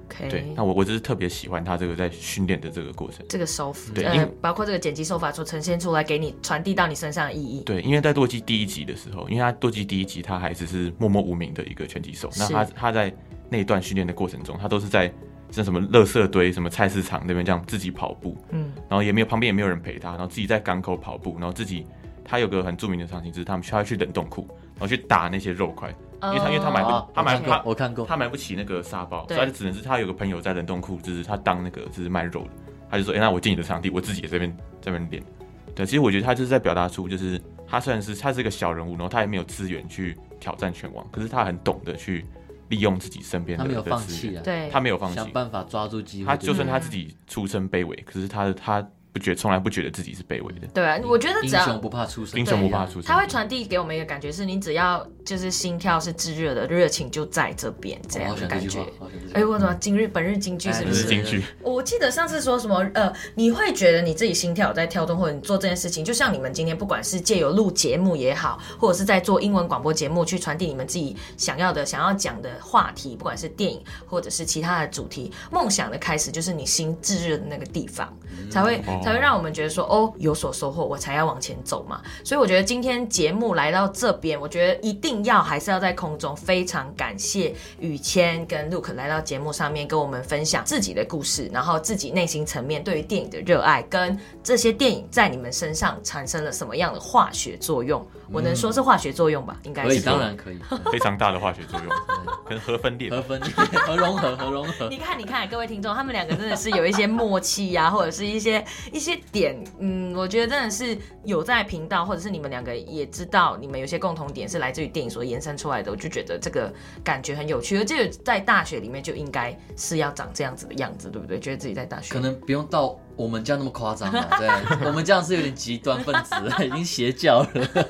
Speaker 1: OK，
Speaker 3: 对，那我我只是特别喜欢他这个在训练的这个过程。
Speaker 1: 这个手法，
Speaker 3: 对因
Speaker 1: 呃
Speaker 3: 为，
Speaker 1: 包括这个剪辑手法所呈现出来给你传递到你身上的意义。
Speaker 3: 对，因为在洛基第一集的时候，因为他洛基第一集他还只是默默无名的一个拳击手，那
Speaker 1: 是
Speaker 3: 他他在那一段训练的过程中，他都是在像什么垃圾堆、什么菜市场那边这样自己跑步，
Speaker 1: 嗯，
Speaker 3: 然后也没有旁边也没有人陪他，然后自己在港口跑步，然后自己他有个很著名的场景就是他们需要去冷冻库，然后去打那些肉块，
Speaker 1: 因
Speaker 3: 为他因为他买不
Speaker 1: 哦
Speaker 2: 啊，
Speaker 3: 他买
Speaker 2: 我看过，我看过，
Speaker 3: 他买不起那个沙包，所
Speaker 1: 对
Speaker 3: 以他就只能是他有个朋友在冷冻库，就是他当那个就是卖肉的，他就说，哎、那我进你的场地，我自己也这边这边练。对，其实我觉得他就是在表达出，就是他虽然是他是一个小人物，然后他也没有资源去挑战拳王，可是他很懂得去利用自己身边
Speaker 2: 他
Speaker 3: 的
Speaker 2: 没有
Speaker 3: 的
Speaker 2: 放
Speaker 3: 资源
Speaker 2: 弃啊，
Speaker 1: 对，
Speaker 3: 他没有放
Speaker 2: 想
Speaker 3: 弃，
Speaker 2: 办法抓住机会。
Speaker 3: 他
Speaker 2: 对
Speaker 3: 就
Speaker 2: 不对
Speaker 3: 算他自己出身卑微，可是他的他不觉从来不觉得自己是卑微的，
Speaker 1: 对啊，我觉得
Speaker 2: 英
Speaker 1: 只
Speaker 2: 雄
Speaker 1: 要
Speaker 2: 不怕出身，
Speaker 3: 英雄不怕出身。
Speaker 1: 他会传递给我们一个感觉，是你只要就是心跳是炙热的，热情就在这边这
Speaker 2: 我
Speaker 1: 样
Speaker 2: 好喜
Speaker 1: 的
Speaker 2: 欢这
Speaker 1: 感
Speaker 2: 句
Speaker 1: 觉
Speaker 2: 话。。好喜欢这句话
Speaker 1: 哎，我怎么今日本日京剧是不
Speaker 3: 这
Speaker 1: 是
Speaker 3: 是？京剧，
Speaker 1: 我记得上次说什么呃，你会觉得你自己心跳有在跳动，或者你做这件事情，就像你们今天不管是借由录节目也好，或者是在做英文广播节目去传递你们自己想要的、想要讲的话题，不管是电影或者是其他的主题，梦想的开始就是你心炙热的那个地方，才会
Speaker 3: 哦
Speaker 1: 才会让我们觉得说哦有所收获，我才要往前走嘛。所以我觉得今天节目来到这边，我觉得一定要还是要在空中非常感谢雨谦跟 Look 来到节目上面跟我们分享自己的故事，然后自己内心层面对于电影的热爱，跟这些电影在你们身上产生了什么样的化学作用？我能说是化学作用吧？应该
Speaker 2: 可以，
Speaker 1: 是。
Speaker 2: 当。然 可以，
Speaker 3: 非常大的化学作用，跟核分裂吧
Speaker 2: 核分 核融合核融合。
Speaker 1: 你看，你看，各位听众，他们两个真的是有一些默契呀、或者是一些一些点，嗯，我觉得真的是有在频道，或者是你们两个也知道，你们有些共同点是来自于电影所延伸出来的，我就觉得这个感觉很有趣，而且在大学里面就应该是要长这样子的样子，对不对？觉得自己在大学
Speaker 2: 可能不用到我们这样那么夸张了，对， 我们这样是有点极端分子，已经邪教 了。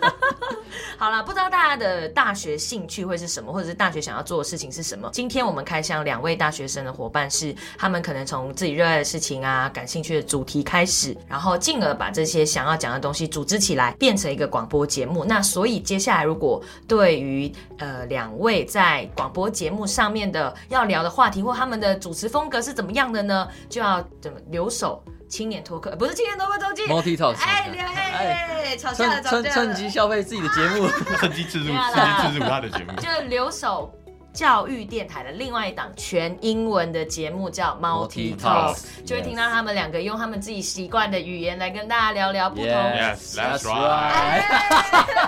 Speaker 1: 好啦，不知道大家的大学兴趣会是什么，或者是大学想要做的事情是什么？今天我们开箱两位大学生的伙伴是，他们可能从自己热爱的事情啊、感兴趣的主题开始，然后进而把这些想要讲的东西组织起来，变成一个广播节目。那所以接下来如果对于呃两位在广播节目上面的要聊的话题或他们的主持风格是怎么样的呢，就要怎么留守。青年脱客呃不是青年脱客周记，
Speaker 2: Multitask，
Speaker 1: 哎，聊哎，吵架了，
Speaker 2: 趁
Speaker 1: 吵
Speaker 2: 趁
Speaker 1: 架了，
Speaker 2: 趁机消费自己的节目，
Speaker 3: 趁机置入，
Speaker 1: 对啊
Speaker 3: 趁机置入他的节目。
Speaker 1: 就留守教育电台的另外一档全英文的节目叫 Multi Talk，
Speaker 2: Multitalk，
Speaker 1: 就会听到他们两个用他们自己习惯的语言来跟大家聊聊不同
Speaker 3: Yes, that's right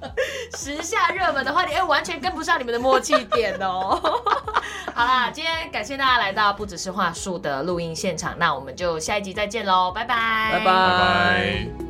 Speaker 1: 时下热门的话题，哎、完全跟不上你们的默契点哦。 好啦，今天感谢大家来到不只是话术的录音现场，那我们就下一集再见喽，拜拜，
Speaker 2: 拜拜
Speaker 3: 拜拜。